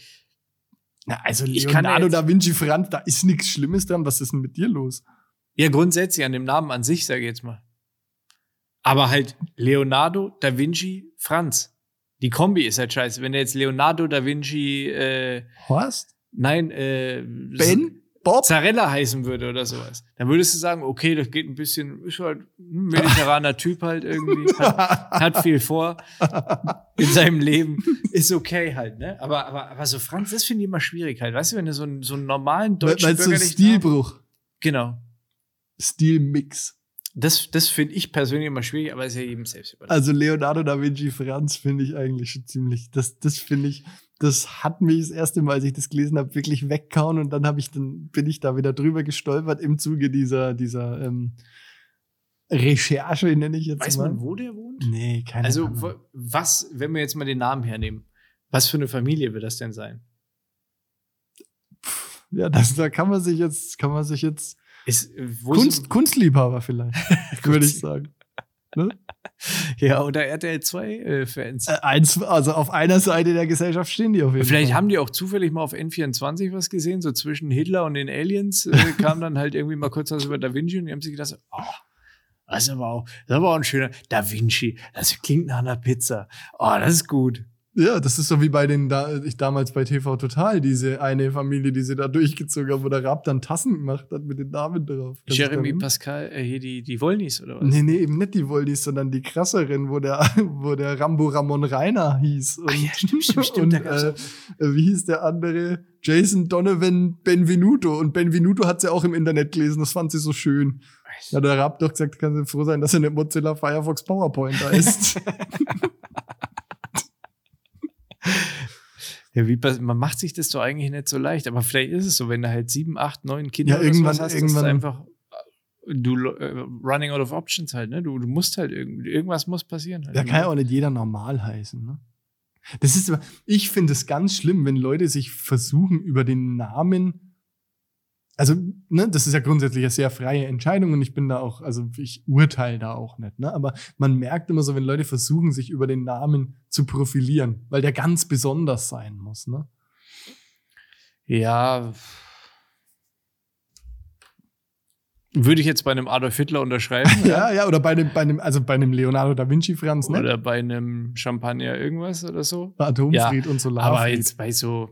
Speaker 1: Na, also
Speaker 2: Ich kann ja
Speaker 1: Leonardo
Speaker 2: jetzt-
Speaker 1: da Vinci Franz, da ist nichts Schlimmes dran. Was ist denn mit dir los?
Speaker 2: ja, grundsätzlich an dem Namen an sich, sage ich jetzt mal. Aber halt Leonardo da Vinci Franz. Die Kombi ist halt scheiße. Wenn er jetzt Leonardo da Vinci, äh,
Speaker 1: Horst?
Speaker 2: nein, äh,
Speaker 1: Ben? Bob?
Speaker 2: Zarella heißen würde oder sowas, dann würdest du sagen, okay, das geht ein bisschen, ist halt ein mediterraner Typ halt irgendwie, hat, hat viel vor in seinem Leben, ist okay halt, ne? Aber, aber, aber so Franz, das finde ich immer schwierig halt, weißt du, wenn du so einen, so einen normalen
Speaker 1: Me-
Speaker 2: deutschen
Speaker 1: Meinst du
Speaker 2: bürgerlichen
Speaker 1: Stilbruch?
Speaker 2: Genau.
Speaker 1: Stilmix.
Speaker 2: Das, das finde ich persönlich immer schwierig, aber ist ja jedem selbst überlassen.
Speaker 1: Also Leonardo da Vinci Franz finde ich eigentlich schon ziemlich, das, das finde ich, das hat mich das erste Mal, als ich das gelesen habe, wirklich wegkauen und dann habe ich, dann bin ich da wieder drüber gestolpert im Zuge dieser, dieser ähm, Recherche, nenne ich jetzt
Speaker 2: Weiß
Speaker 1: Also, mal.
Speaker 2: man, wo der wohnt?
Speaker 1: Nee, keine
Speaker 2: Also,
Speaker 1: Ahnung.
Speaker 2: wo- was, wenn wir jetzt mal den Namen hernehmen, was für eine Familie wird das denn sein?
Speaker 1: Ja, das, da kann man sich jetzt, kann man sich jetzt,
Speaker 2: Ist, äh, wo
Speaker 1: Kunst, Kunstliebhaber vielleicht, würde ich sagen.
Speaker 2: ja, oder RTL 2-Fans.
Speaker 1: Äh, eins, also auf einer Seite der Gesellschaft stehen die auf jeden
Speaker 2: Vielleicht
Speaker 1: Fall.
Speaker 2: haben die auch zufällig mal auf N24 was gesehen, so zwischen Hitler und den Aliens äh, kam dann halt irgendwie mal kurz was über Da Vinci und die haben sich gedacht, so, oh, das ist aber auch, das ist aber auch ein schöner Da Vinci, das klingt nach einer Pizza. Oh, das ist gut.
Speaker 1: Ja, das ist so wie bei den, da, ich damals bei TV Total, diese eine Familie, die sie da durchgezogen haben, wo der Rab dann Tassen gemacht hat mit den Namen drauf. Kannst du dich
Speaker 2: Jeremy
Speaker 1: daran-
Speaker 2: Pascal, äh, hier die, die Wollnis oder was?
Speaker 1: Nee, nee, eben nicht die Woldis, sondern die krasseren, wo der, wo der Rambo Ramon Reiner hieß. Und,
Speaker 2: Ah ja, stimmt, stimmt, stimmt,
Speaker 1: Und,
Speaker 2: da gab's
Speaker 1: äh, wie hieß der andere? Jason Donovan Benvenuto. Und Benvenuto hat sie auch im Internet gelesen, das fand sie so schön. Da hat der Rab doch gesagt, kann sie froh sein, dass er nicht Mozilla Firefox PowerPoint da ist.
Speaker 2: Ja, wie, pas- man macht sich das doch eigentlich nicht so leicht, aber vielleicht ist es so, wenn du halt sieben, acht, neun Kinder
Speaker 1: Ja,
Speaker 2: oder
Speaker 1: irgendwann-
Speaker 2: sowas hast,
Speaker 1: irgendwann-
Speaker 2: ist einfach äh, du lo- äh, running out of options halt, ne? Du, du musst halt irgendwie, irgendwas muss passieren. Halt.
Speaker 1: Da kann ja auch nicht jeder normal heißen. Ne? Das ist, aber- ich finde es ganz schlimm, wenn Leute sich versuchen über den Namen. Also, ne, das ist ja grundsätzlich eine sehr freie Entscheidung und ich bin da auch, also ich urteile da auch nicht, ne? Aber man merkt immer so, wenn Leute versuchen, sich über den Namen zu profilieren, weil der ganz besonders sein muss, ne?
Speaker 2: Ja. Würde ich jetzt bei einem Adolf Hitler unterschreiben?
Speaker 1: Ja, ja, oder bei einem, bei einem, also bei einem Leonardo da Vinci Franz, ne?
Speaker 2: Oder bei einem Champagner irgendwas oder so?
Speaker 1: Atomfried und Solar.
Speaker 2: Aber jetzt bei so,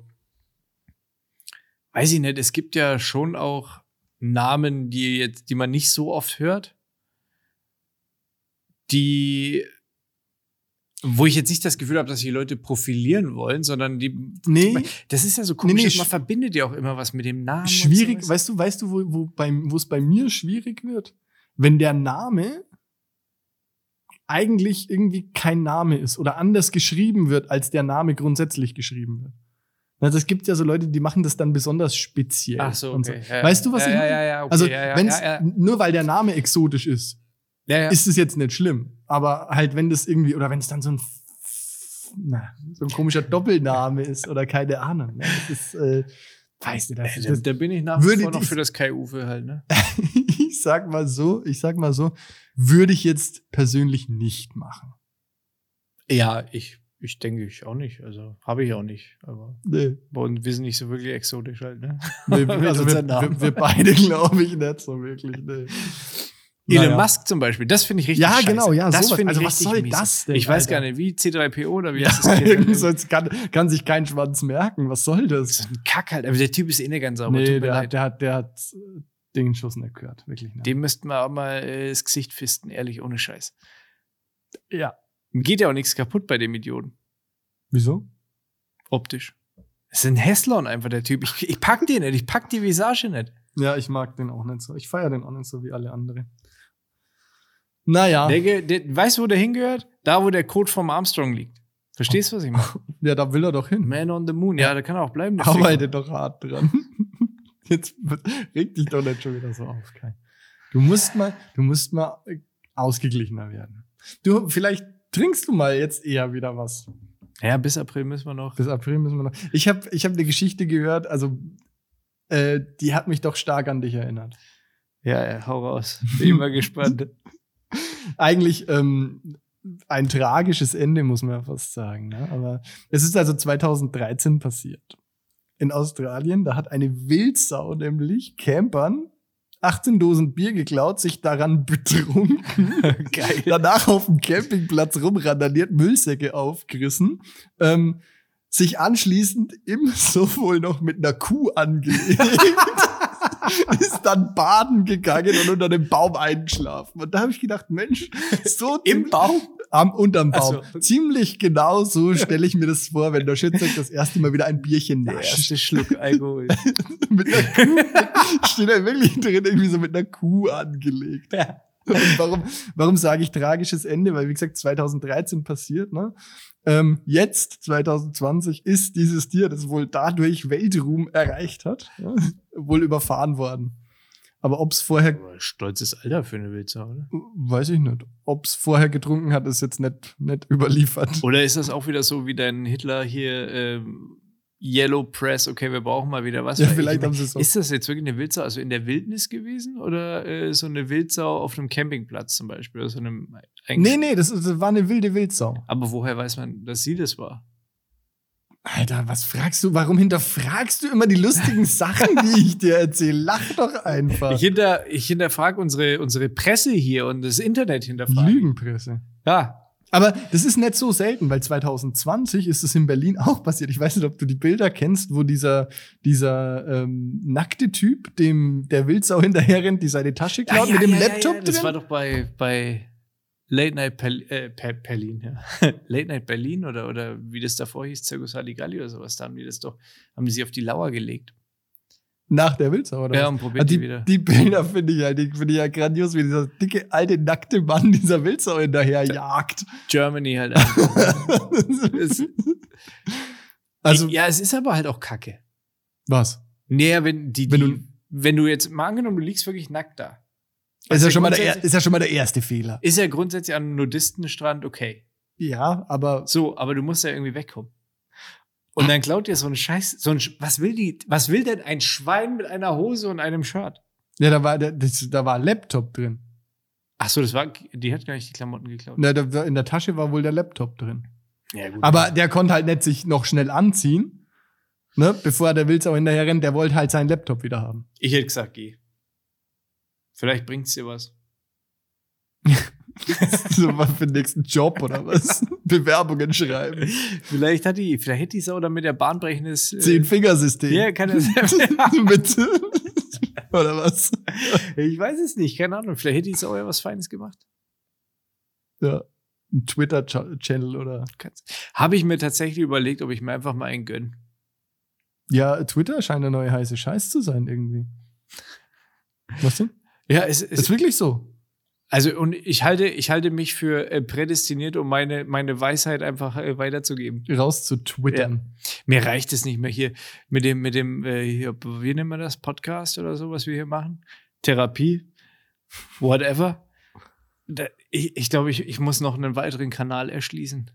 Speaker 2: weiß ich nicht, es gibt ja schon auch, Namen, die jetzt, die man nicht so oft hört, die, wo ich jetzt nicht das Gefühl habe, dass die Leute profilieren wollen, sondern die,
Speaker 1: Nee,
Speaker 2: das ist ja so komisch,
Speaker 1: Nee, nee,
Speaker 2: dass man
Speaker 1: sch-
Speaker 2: verbindet ja auch immer was mit dem Namen. und
Speaker 1: schwierig,
Speaker 2: sowas.
Speaker 1: weißt du, weißt du, wo, wo beim, wo es bei mir schwierig wird? Wenn der Name eigentlich irgendwie kein Name ist oder anders geschrieben wird, als der Name grundsätzlich geschrieben wird. Also es gibt ja so Leute, die machen das dann besonders speziell.
Speaker 2: Ach so,
Speaker 1: und so.
Speaker 2: okay. ja, ja.
Speaker 1: Weißt du, was
Speaker 2: ja,
Speaker 1: ich
Speaker 2: ja,
Speaker 1: meine?
Speaker 2: Ja, ja, okay,
Speaker 1: also
Speaker 2: ja, ja,
Speaker 1: wenn's,
Speaker 2: ja, ja,
Speaker 1: nur weil der Name exotisch ist,
Speaker 2: ja, ja.
Speaker 1: ist es jetzt nicht schlimm. Aber halt, wenn das irgendwie, oder wenn es dann so ein, F- na, so ein komischer Doppelname ist oder keine Ahnung. Ne? Das ist, äh, weißt du, das,
Speaker 2: da,
Speaker 1: das,
Speaker 2: da bin ich nach wie
Speaker 1: Würde
Speaker 2: vor noch
Speaker 1: dies-
Speaker 2: für das Kai-Uwe halt, ne?
Speaker 1: ich sag mal so, ich sag mal so, würde ich jetzt persönlich nicht machen.
Speaker 2: Ja, ich, ich denke ich auch nicht. Also habe ich auch nicht. Aber
Speaker 1: Nee,
Speaker 2: bei uns, wir sind nicht so wirklich exotisch halt, ne?
Speaker 1: nee
Speaker 2: Mit
Speaker 1: also wir,
Speaker 2: unserem Namen.
Speaker 1: wir, wir beide glaube ich nicht so wirklich. Nee.
Speaker 2: Elon
Speaker 1: Naja.
Speaker 2: Musk zum Beispiel, das finde ich richtig
Speaker 1: Ja,
Speaker 2: scheiße.
Speaker 1: genau, ja,
Speaker 2: das
Speaker 1: sowas.
Speaker 2: finde ich
Speaker 1: Also was
Speaker 2: richtig
Speaker 1: soll
Speaker 2: mies.
Speaker 1: das denn?
Speaker 2: Ich weiß
Speaker 1: Alter?
Speaker 2: gar nicht, wie C3PO oder wie heißt
Speaker 1: Ja,
Speaker 2: das
Speaker 1: irgendwie
Speaker 2: Kind?
Speaker 1: sonst kann, kann sich kein Schwanz merken. Was soll
Speaker 2: Das
Speaker 1: das?
Speaker 2: ist ein Kack halt. Aber der Typ ist eh nicht ganz sauber.
Speaker 1: Nee,
Speaker 2: tut mir
Speaker 1: der,
Speaker 2: leid.
Speaker 1: hat, der, hat, der hat äh, den Schuss nicht gehört. Wirklich nicht.
Speaker 2: Dem müssten wir auch mal äh, das Gesicht fisten, ehrlich, ohne Scheiß.
Speaker 1: ja.
Speaker 2: Geht ja auch nichts kaputt bei dem Idioten.
Speaker 1: Wieso?
Speaker 2: Optisch. Das ist ein Hesslon einfach, der Typ. Ich, ich pack den nicht, ich pack die Visage nicht.
Speaker 1: Ja, ich mag den auch nicht so. Ich feiere den auch nicht so wie alle anderen. Naja,
Speaker 2: Der, ge- der, weißt du, wo der hingehört? Da, wo der Code vom Armstrong liegt. Verstehst du, was ich meine?
Speaker 1: ja, da will er doch hin.
Speaker 2: Man on the Moon. Ja, da kann er auch bleiben. der
Speaker 1: Arbeite doch hart dran. Jetzt reg dich doch nicht schon wieder so auf, Kai. Du musst mal, du musst mal äh, ausgeglichener werden. Du, vielleicht trinkst du mal jetzt eher wieder was.
Speaker 2: Ficker. Ja, bis April müssen wir noch.
Speaker 1: Bis April müssen wir noch. Ich habe ich hab eine Geschichte gehört, also äh, die hat mich doch stark an dich erinnert.
Speaker 2: Ja, ja, hau raus. Bin mal gespannt.
Speaker 1: Eigentlich ähm, ein tragisches Ende, muss man ja fast sagen. Ne? Aber es ist also 2013 passiert. In Australien, da hat eine Wildsau nämlich Campern 18 Dosen Bier geklaut, sich daran betrunken,
Speaker 2: Geil.
Speaker 1: danach auf dem Campingplatz rumrandaliert, Müllsäcke aufgerissen, ähm, sich anschließend ebenso wohl noch mit einer Kuh angelegt, ist dann baden gegangen und unter dem Baum eingeschlafen. Und da habe ich gedacht, Mensch, so
Speaker 2: Im Also, äh, Baum?
Speaker 1: am unterm
Speaker 2: Ach
Speaker 1: Baum.
Speaker 2: so.
Speaker 1: Ziemlich genau so stelle ich mir das vor, wenn der Schütze das erste Mal wieder ein Bierchen
Speaker 2: Der
Speaker 1: nascht.
Speaker 2: erste Schluck Alkohol.
Speaker 1: Mit einer Kuh steht er wirklich drin, irgendwie so mit einer Kuh angelegt. Und warum, warum sage ich tragisches Ende? Weil, wie gesagt, 2013 passiert, ne? Ähm, jetzt, 2020, ist dieses Tier, das wohl dadurch Weltruhm erreicht hat, ja, wohl überfahren worden. Aber ob es vorher,
Speaker 2: Aber Stolzes Alter für eine Wildsau, oder?
Speaker 1: weiß ich nicht, ob es vorher getrunken hat, ist jetzt nicht, nicht überliefert.
Speaker 2: Oder ist das auch wieder so wie dein Hitler hier, ähm, Yellow Press, okay, wir brauchen mal wieder was.
Speaker 1: Ja,
Speaker 2: Weil ich
Speaker 1: vielleicht
Speaker 2: mein,
Speaker 1: haben sie es auch.
Speaker 2: Ist das jetzt wirklich eine Wildsau, also in der Wildnis gewesen oder äh, so eine Wildsau auf einem Campingplatz zum Beispiel? Oder so einem Einge-
Speaker 1: Nee, nee, das, das war eine wilde Wildsau.
Speaker 2: Aber woher weiß man, dass sie das war?
Speaker 1: Alter, was fragst du? Warum hinterfragst du immer die lustigen Sachen, die ich dir erzähle? Lach doch einfach.
Speaker 2: Ich, hinter, ich hinterfrage unsere, unsere Presse hier und das Internet hinterfragen.
Speaker 1: Lügenpresse.
Speaker 2: Ja.
Speaker 1: Aber das ist nicht so selten, weil 2020 ist es in Berlin auch passiert. Ich weiß nicht, ob du die Bilder kennst, wo dieser, dieser ähm, nackte Typ, dem der Wildsau hinterher rennt, die seine Tasche klaut, mit dem Laptop
Speaker 2: Das war
Speaker 1: drin.
Speaker 2: doch bei, bei Late Night Pel äh, Pe Berlin, ja. Late Night Berlin oder, oder wie das davor hieß, Circus Halligalli oder sowas. Da haben die das doch, haben die sie auf die Lauer gelegt.
Speaker 1: Nach der Wildsau, oder?
Speaker 2: Ja,
Speaker 1: was?
Speaker 2: und
Speaker 1: Ah,
Speaker 2: probiert die,
Speaker 1: die,
Speaker 2: wieder.
Speaker 1: die Bilder finde ich ja, die finde ich ja grandios, wie dieser dicke, alte, nackte Mann dieser Wildsau hinterher jagt.
Speaker 2: Germany halt. Es-
Speaker 1: also,
Speaker 2: ja, es ist aber halt auch kacke.
Speaker 1: was?
Speaker 2: Naja, wenn die,
Speaker 1: Wenn
Speaker 2: die
Speaker 1: du-
Speaker 2: wenn du jetzt mal angenommen, du liegst wirklich nackt da.
Speaker 1: Ist ja, schon mal der,
Speaker 2: Also grundsätzlich-
Speaker 1: er- ist ja schon mal der erste Fehler.
Speaker 2: Ist ja grundsätzlich an einem Nudistenstrand okay.
Speaker 1: Ja, aber
Speaker 2: So, aber du musst ja irgendwie wegkommen. Und dann klaut dir so ein Scheiß, so ein, Sch- was will die, was will denn ein Schwein mit einer Hose und einem Shirt?
Speaker 1: ja, da war der, das, da war ein Laptop drin.
Speaker 2: Ach so, das war, die hat gar nicht die Klamotten geklaut.
Speaker 1: Na, da, in der Tasche war wohl der Laptop drin.
Speaker 2: Ja, gut.
Speaker 1: Aber der konnte halt nicht sich noch schnell anziehen, ne? Bevor der Wildsau hinterher rennt, der wollte halt seinen Laptop wieder haben.
Speaker 2: ich hätte gesagt, geh. Vielleicht bringt's dir was.
Speaker 1: so was für den nächsten Job oder was? Bewerbungen schreiben.
Speaker 2: Vielleicht hat die, vielleicht hätte äh, die Sau damit der bahnbrechendes.
Speaker 1: Zehn Fingersystem.
Speaker 2: Ja, kann das-
Speaker 1: Bitte. Oder was?
Speaker 2: Ich weiß es nicht, keine Ahnung. Vielleicht hätte ich auch ja was Feines gemacht.
Speaker 1: Ja. Ein Twitter-Channel oder.
Speaker 2: Habe ich mir tatsächlich überlegt, ob ich mir einfach mal einen gönne.
Speaker 1: Ja, Twitter scheint der neue heiße Scheiß zu sein, irgendwie. Was denn?
Speaker 2: Ja, es,
Speaker 1: Ist,
Speaker 2: es,
Speaker 1: wirklich so.
Speaker 2: also und ich halte, ich halte mich für äh, prädestiniert, um meine, meine Weisheit einfach äh, weiterzugeben.
Speaker 1: Raus zu twittern.
Speaker 2: Mir reicht es nicht mehr hier mit dem, mit dem, äh, hier, wie nennen wir das? Podcast oder so, was wir hier machen? Therapie? Whatever. Da, ich ich glaube, ich, ich muss noch einen weiteren Kanal erschließen.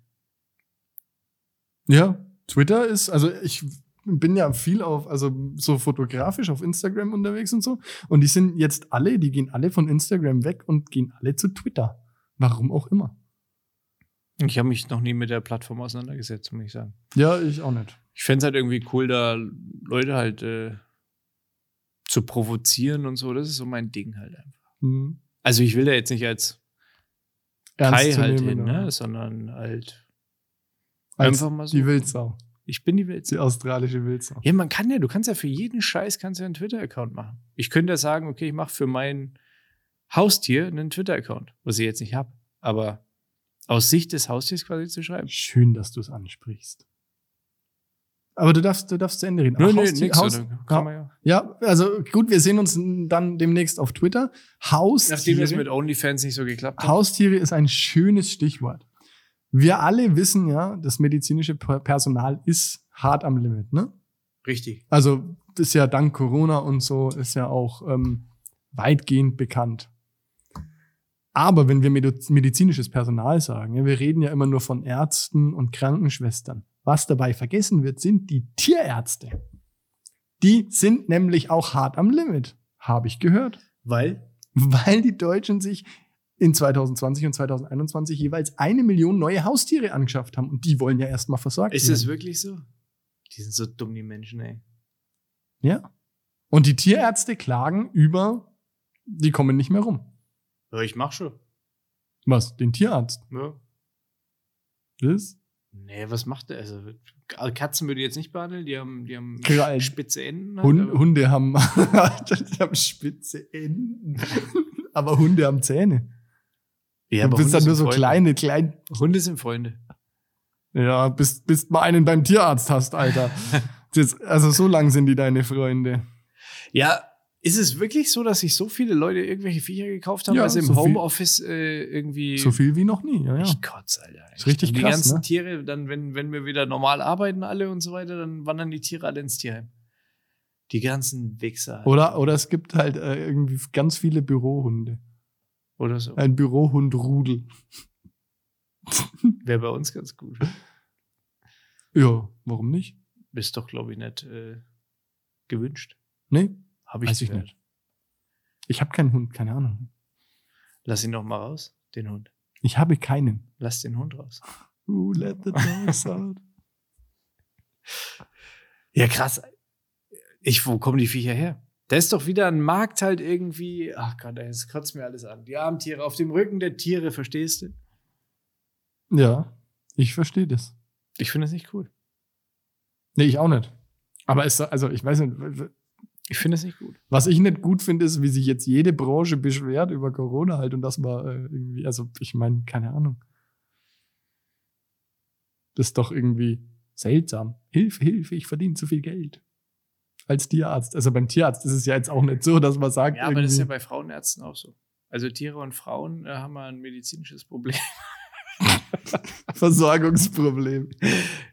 Speaker 1: Ja, Twitter ist, also ich bin ja viel auf, also so fotografisch auf Instagram unterwegs und so. Und die sind jetzt alle, die gehen alle von Instagram weg und gehen alle zu Twitter. Warum auch immer.
Speaker 2: Ich habe mich noch nie mit der Plattform auseinandergesetzt, muss ich sagen.
Speaker 1: Ja, ich auch nicht.
Speaker 2: Ich fände es halt irgendwie cool, da Leute halt äh, zu provozieren und so. Das ist so mein Ding halt einfach.
Speaker 1: Hm.
Speaker 2: Also ich will da jetzt nicht als Kai
Speaker 1: Ernst zu
Speaker 2: halt
Speaker 1: nehmen,
Speaker 2: hin,
Speaker 1: oder?
Speaker 2: ne? sondern halt
Speaker 1: Als
Speaker 2: einfach mal so.
Speaker 1: die Wildsau.
Speaker 2: Ich bin die Welt.
Speaker 1: Die australische Wildsau.
Speaker 2: Ja, man kann ja, du kannst ja für jeden Scheiß kannst ja einen Twitter-Account machen. Ich könnte ja sagen, okay, ich mache für mein Haustier einen Twitter-Account, was ich jetzt nicht habe. Aber aus Sicht des Haustiers quasi zu schreiben.
Speaker 1: Schön, dass du es ansprichst. Aber du darfst, du darfst zu Ende reden. Aber Haustier- Haus-
Speaker 2: oder? Kann man ja.
Speaker 1: Ja, also gut, wir sehen uns dann demnächst auf Twitter.
Speaker 2: Nachdem das mit
Speaker 1: Haustiere,
Speaker 2: OnlyFans nicht so geklappt hat.
Speaker 1: Haustiere ist ein schönes Stichwort. Wir alle wissen ja, das medizinische Per- Personal ist hart am Limit. Ne?
Speaker 2: Richtig.
Speaker 1: Also ist ja dank Corona und so ist ja auch ähm, weitgehend bekannt. Aber wenn wir Medu- medizinisches Personal sagen, ja, wir reden ja immer nur von Ärzten und Krankenschwestern. Was dabei vergessen wird, sind die Tierärzte. Die sind nämlich auch hart am Limit, habe ich gehört
Speaker 2: Weil?
Speaker 1: weil die Deutschen sich in 2020 und 2021 jeweils eine Million neue Haustiere angeschafft haben. Und die wollen ja erstmal versorgt
Speaker 2: Ist
Speaker 1: werden.
Speaker 2: es wirklich so? Die sind so dumm, die Menschen, ey.
Speaker 1: Ja. Und die Tierärzte klagen über, die kommen nicht mehr rum.
Speaker 2: Aber ich mach schon.
Speaker 1: Was? Den Tierarzt?
Speaker 2: Ja.
Speaker 1: Das?
Speaker 2: Nee, was macht der? Also, Katzen würde ich jetzt nicht behandeln, die haben, die haben
Speaker 1: Krallen.
Speaker 2: spitze Enden. halt,
Speaker 1: Hun
Speaker 2: aber-
Speaker 1: Hunde haben, die haben spitze Enden. aber Hunde haben Zähne.
Speaker 2: ja,
Speaker 1: du
Speaker 2: aber
Speaker 1: bist
Speaker 2: Hunde
Speaker 1: dann nur so
Speaker 2: sind Freunde.
Speaker 1: kleine, klein.
Speaker 2: Hunde sind Freunde.
Speaker 1: Ja, bist, bist mal einen beim Tierarzt hast, Alter. Das, also so lang sind die deine Freunde.
Speaker 2: Ja, ist es wirklich so, dass sich so viele Leute irgendwelche Viecher gekauft haben,
Speaker 1: Ja,
Speaker 2: weil sie im
Speaker 1: so viel-
Speaker 2: Homeoffice äh, irgendwie.
Speaker 1: So viel wie noch nie. Ja, ja.
Speaker 2: Ich kotze, Alter.
Speaker 1: Ist richtig
Speaker 2: Und Die
Speaker 1: krass,
Speaker 2: ganzen
Speaker 1: ne?
Speaker 2: Tiere, dann, wenn, wenn wir wieder normal arbeiten, alle und so weiter, dann wandern die Tiere alle ins Tierheim. Die ganzen Wichser. Alter.
Speaker 1: Oder, oder es gibt halt äh, irgendwie ganz viele Bürohunde.
Speaker 2: Oder so.
Speaker 1: Ein Bürohundrudel.
Speaker 2: Wäre bei uns ganz gut.
Speaker 1: Ja, warum nicht?
Speaker 2: Ist doch, glaube ich, nicht äh, gewünscht.
Speaker 1: Nee,
Speaker 2: Habe ich,
Speaker 1: Weiß ich
Speaker 2: gehört.
Speaker 1: nicht. ich habe keinen Hund, keine Ahnung.
Speaker 2: Lass ihn doch mal raus, den Hund.
Speaker 1: Ich habe keinen.
Speaker 2: Lass den Hund raus.
Speaker 1: Who let the dogs out?
Speaker 2: Ja, krass. Ich, wo kommen die Viecher her? Da ist doch wieder ein Markt halt irgendwie. Ach Gott, ey, das kotzt mir alles an. Die armen Tiere auf dem Rücken der Tiere, verstehst du?
Speaker 1: ja, ich verstehe das.
Speaker 2: Ich finde das nicht cool.
Speaker 1: Nee, ich auch nicht. Aber es, also ich weiß nicht,
Speaker 2: Ich finde das nicht gut.
Speaker 1: was ich nicht gut finde, ist, wie sich jetzt jede Branche beschwert über Corona halt und dass man äh, irgendwie, also ich meine, keine Ahnung. Das ist doch irgendwie seltsam. Hilfe, Hilfe, ich verdiene zu viel Geld. Als Tierarzt. Also beim Tierarzt ist es ja jetzt auch nicht so, dass man sagt,
Speaker 2: Ja, aber das ist ja
Speaker 1: irgendwie-
Speaker 2: bei Frauenärzten auch so. Also Tiere und Frauen äh, haben ein medizinisches Problem.
Speaker 1: Versorgungsproblem.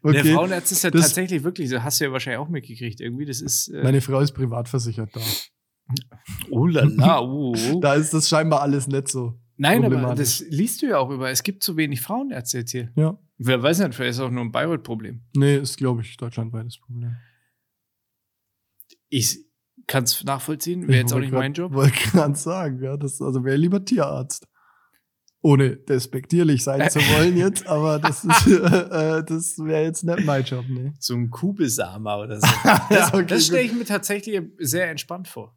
Speaker 1: Okay.
Speaker 2: Der Frauenärzt ist ja
Speaker 1: Das-
Speaker 2: tatsächlich wirklich so. Hast du ja wahrscheinlich auch mitgekriegt. Irgendwie, das ist. Äh,
Speaker 1: Meine Frau ist privat versichert da.
Speaker 2: oh la la, oh, oh.
Speaker 1: Da ist das scheinbar alles nicht so.
Speaker 2: Nein, aber
Speaker 1: problematisch.
Speaker 2: das liest du ja auch über. Es gibt zu wenig Frauenärzte jetzt hier.
Speaker 1: Ja.
Speaker 2: Wer weiß nicht, vielleicht ist es auch nur ein Bayreuth-Problem.
Speaker 1: Nee, ist, glaube ich, deutschlandweites Problem.
Speaker 2: Ich kann es nachvollziehen, wäre jetzt auch nicht mein Job.
Speaker 1: Wollte gerade sagen, ja, das, also wäre lieber Tierarzt. Ohne despektierlich sein zu wollen jetzt, aber das ist, äh, äh, das wäre jetzt nicht mein Job, ne?
Speaker 2: So ein Kubesamer oder so. Das,
Speaker 1: Ja, okay,
Speaker 2: das stelle
Speaker 1: gut.
Speaker 2: ich mir tatsächlich sehr entspannt vor.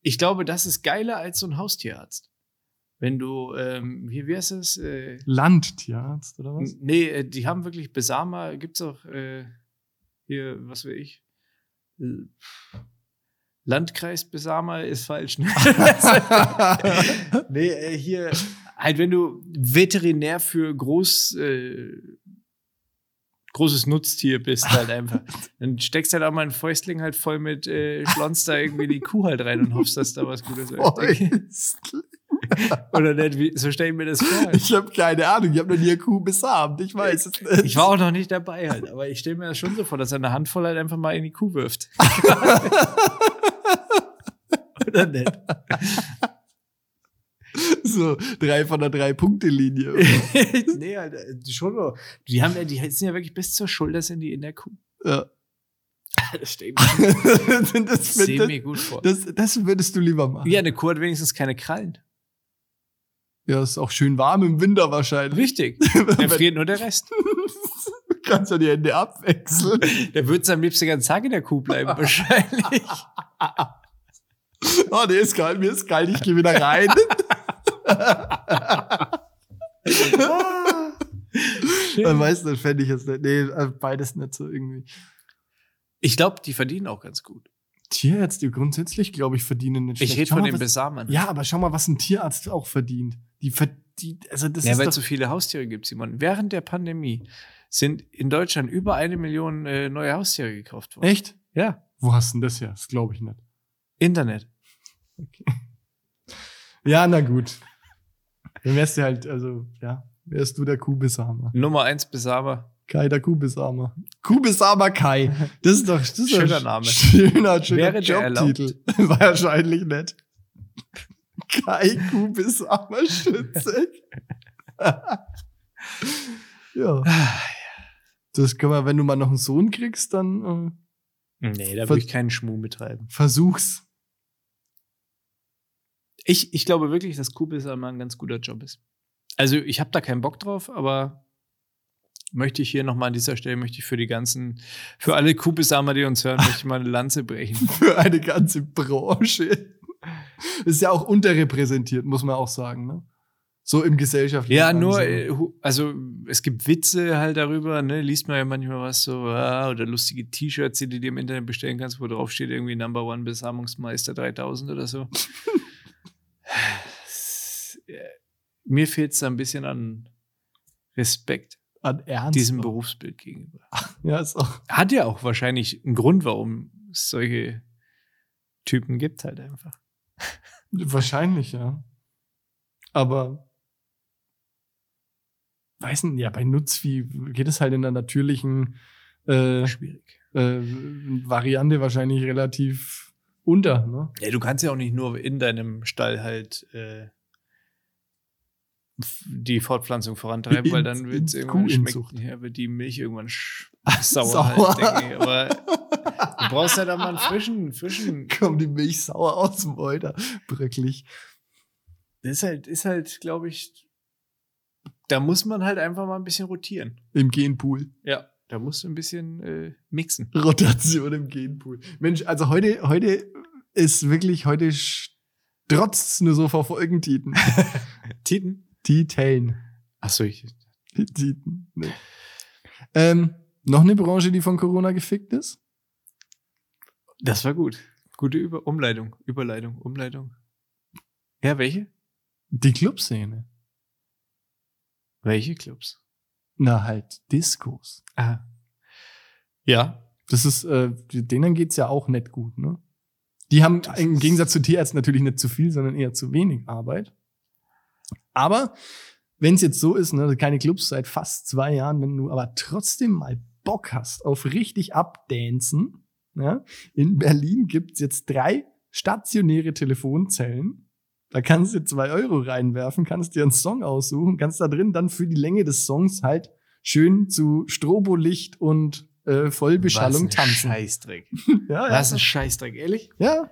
Speaker 2: Ich glaube, das ist geiler als so ein Haustierarzt. Wenn du, ähm, hier, wie heißt es? Äh,
Speaker 1: Landtierarzt, oder was?
Speaker 2: n- nee, äh, die haben wirklich Besamer, gibt's auch äh, hier, was will ich? Äh, Landkreis Besamer ist falsch. ne? nee, äh, hier, halt, wenn du Veterinär für groß, äh, großes Nutztier bist, halt einfach, dann steckst halt auch mal einen Fäustling halt voll mit äh, Schlons da irgendwie in die Kuh halt rein und hoffst, dass da was Gutes läuft. Oder nicht, wie, so stell ich mir das vor. Halt.
Speaker 1: Ich habe keine Ahnung, ich habe noch nie eine Kuh besamt, ich weiß es nicht.
Speaker 2: Ich war auch noch nicht dabei halt, aber ich stelle mir das schon so vor, dass er eine Handvoll halt einfach mal in die Kuh wirft. Oder nicht?
Speaker 1: so drei von der Drei-Punkte-Linie.
Speaker 2: nee, halt, äh, schon so. Die haben ja, die sind ja wirklich bis zur Schulter sind die in der Kuh.
Speaker 1: Ja.
Speaker 2: Das steht mir
Speaker 1: Sind das, mit-
Speaker 2: semi gut vor.
Speaker 1: das, das würdest du lieber machen.
Speaker 2: Ja, eine Kuh hat wenigstens keine Krallen.
Speaker 1: Ja, ist auch schön warm im Winter wahrscheinlich.
Speaker 2: Richtig. Der friert nur der Rest.
Speaker 1: Du kannst ja die Hände abwechseln.
Speaker 2: Der würde am liebsten den ganzen Tag in der Kuh bleiben, wahrscheinlich.
Speaker 1: Oh, nee, ist kalt, mir ist kalt, ich gehe wieder rein. Dann weißt du, dann fände ich es nicht. Nee, also beides nicht so irgendwie.
Speaker 2: Ich glaube, die verdienen auch ganz gut.
Speaker 1: Tierärzte äh, grundsätzlich, glaube ich, verdienen nicht
Speaker 2: Ich
Speaker 1: schlecht.
Speaker 2: rede
Speaker 1: Schau
Speaker 2: von
Speaker 1: mal,
Speaker 2: den
Speaker 1: was,
Speaker 2: Besamern.
Speaker 1: Ja, aber schau mal, was ein Tierarzt auch verdient. Die verdient, also das
Speaker 2: Ja,
Speaker 1: ist
Speaker 2: weil
Speaker 1: doch,
Speaker 2: es so viele Haustiere gibt, Simon. Während der Pandemie sind in Deutschland über eine Million äh, neue Haustiere gekauft worden.
Speaker 1: Echt?
Speaker 2: Ja.
Speaker 1: Wo hast du denn das her? Das glaube ich nicht.
Speaker 2: Internet.
Speaker 1: Ja, na gut. Dann wärst du halt, also, ja, wärst du der Kuhbesamer.
Speaker 2: Nummer eins Besamer.
Speaker 1: Kai, der Kuhbesamer. Kuhbesamer Kai. Das ist doch, das ist
Speaker 2: Schöner
Speaker 1: doch ein
Speaker 2: Name.
Speaker 1: Schöner, schöner
Speaker 2: Wäre der erlaubt?
Speaker 1: Jobtitel. Wahrscheinlich nicht. Kai Kuhbesamer Schütze. ja. Das können wir, wenn du mal noch einen Sohn kriegst, dann äh,
Speaker 2: Nee, da
Speaker 1: Ver-
Speaker 2: würde ich keinen Schmuh betreiben.
Speaker 1: versuch's.
Speaker 2: Ich, ich glaube wirklich, dass Kuhbesamer ein ganz guter Job ist. Also ich habe da keinen Bock drauf, aber möchte ich hier nochmal an dieser Stelle, möchte ich für die ganzen, für alle Kuhbesamer, die uns hören, möchte ich mal eine Lanze brechen.
Speaker 1: für eine ganze Branche. Ist ja auch unterrepräsentiert, muss man auch sagen. Ne? So im gesellschaftlichen.
Speaker 2: Ja, nur,
Speaker 1: Ansehen.
Speaker 2: äh, hu- also es gibt Witze halt darüber, ne? Liest man ja manchmal was so, ah, oder lustige T-Shirts, die du dir im Internet bestellen kannst, wo drauf steht irgendwie Number One Besamungsmeister 3000 oder so. Äh, Mir fehlt es da ein bisschen an Respekt
Speaker 1: An Ernst.
Speaker 2: diesem Berufsbild gegenüber.
Speaker 1: Ja, ist auch.
Speaker 2: Hat ja auch wahrscheinlich einen Grund, warum es solche Typen gibt halt einfach.
Speaker 1: Wahrscheinlich, ja. Aber. Weiß nicht, ja, bei Nutzvieh geht es halt in der natürlichen äh,
Speaker 2: Schwierig.
Speaker 1: äh, Variante wahrscheinlich relativ unter. Ne?
Speaker 2: Ja, du kannst ja auch nicht nur in deinem Stall halt äh, f- die Fortpflanzung vorantreiben, weil dann
Speaker 1: Ins-
Speaker 2: wird
Speaker 1: ins
Speaker 2: irgendwann
Speaker 1: Kuhinzucht.
Speaker 2: schmeckt, ja, wird die Milch irgendwann sch sauer.
Speaker 1: Sauer.
Speaker 2: Halt, denke ich. Aber du brauchst ja dann mal einen frischen, frischen.
Speaker 1: Kommt die Milch sauer aus dem Euter. Bröcklich.
Speaker 2: Das ist halt, ist halt, glaube ich, da muss man halt einfach mal ein bisschen rotieren.
Speaker 1: Im Genpool.
Speaker 2: Ja. Da musst du ein bisschen äh, mixen.
Speaker 1: Rotation im Genpool. Mensch, also heute, heute ist wirklich, heute trotz nur so vor Folgentiten.
Speaker 2: Titen?
Speaker 1: Titeln.
Speaker 2: Achso, ich.
Speaker 1: Titen. Nee. Ähm, noch eine Branche, die von Corona gefickt ist?
Speaker 2: Das war gut. Gute Über Umleitung, Überleitung, Umleitung. Ja, welche?
Speaker 1: Die Clubszene.
Speaker 2: Welche Clubs?
Speaker 1: Na halt, Diskos.
Speaker 2: Ah. Ja.
Speaker 1: Das ist, äh, denen geht's ja auch nicht gut, ne? Die haben
Speaker 2: Das
Speaker 1: im
Speaker 2: ist-
Speaker 1: Gegensatz zu Tierärzten natürlich nicht zu viel, sondern eher zu wenig Arbeit. Aber wenn es jetzt so ist, ne, keine Clubs seit fast zwei Jahren, wenn du aber trotzdem mal Bock hast auf richtig Abdancen, ja, in Berlin gibt's jetzt drei stationäre Telefonzellen. Da kannst du zwei Euro reinwerfen, kannst dir einen Song aussuchen, kannst da drin dann für die Länge des Songs halt schön zu Strobolicht und äh, Vollbeschallung
Speaker 2: Was ein
Speaker 1: tanzen.
Speaker 2: Scheißdreck.
Speaker 1: Ja,
Speaker 2: Was
Speaker 1: ja.
Speaker 2: ein Scheißdreck, ehrlich?
Speaker 1: ja.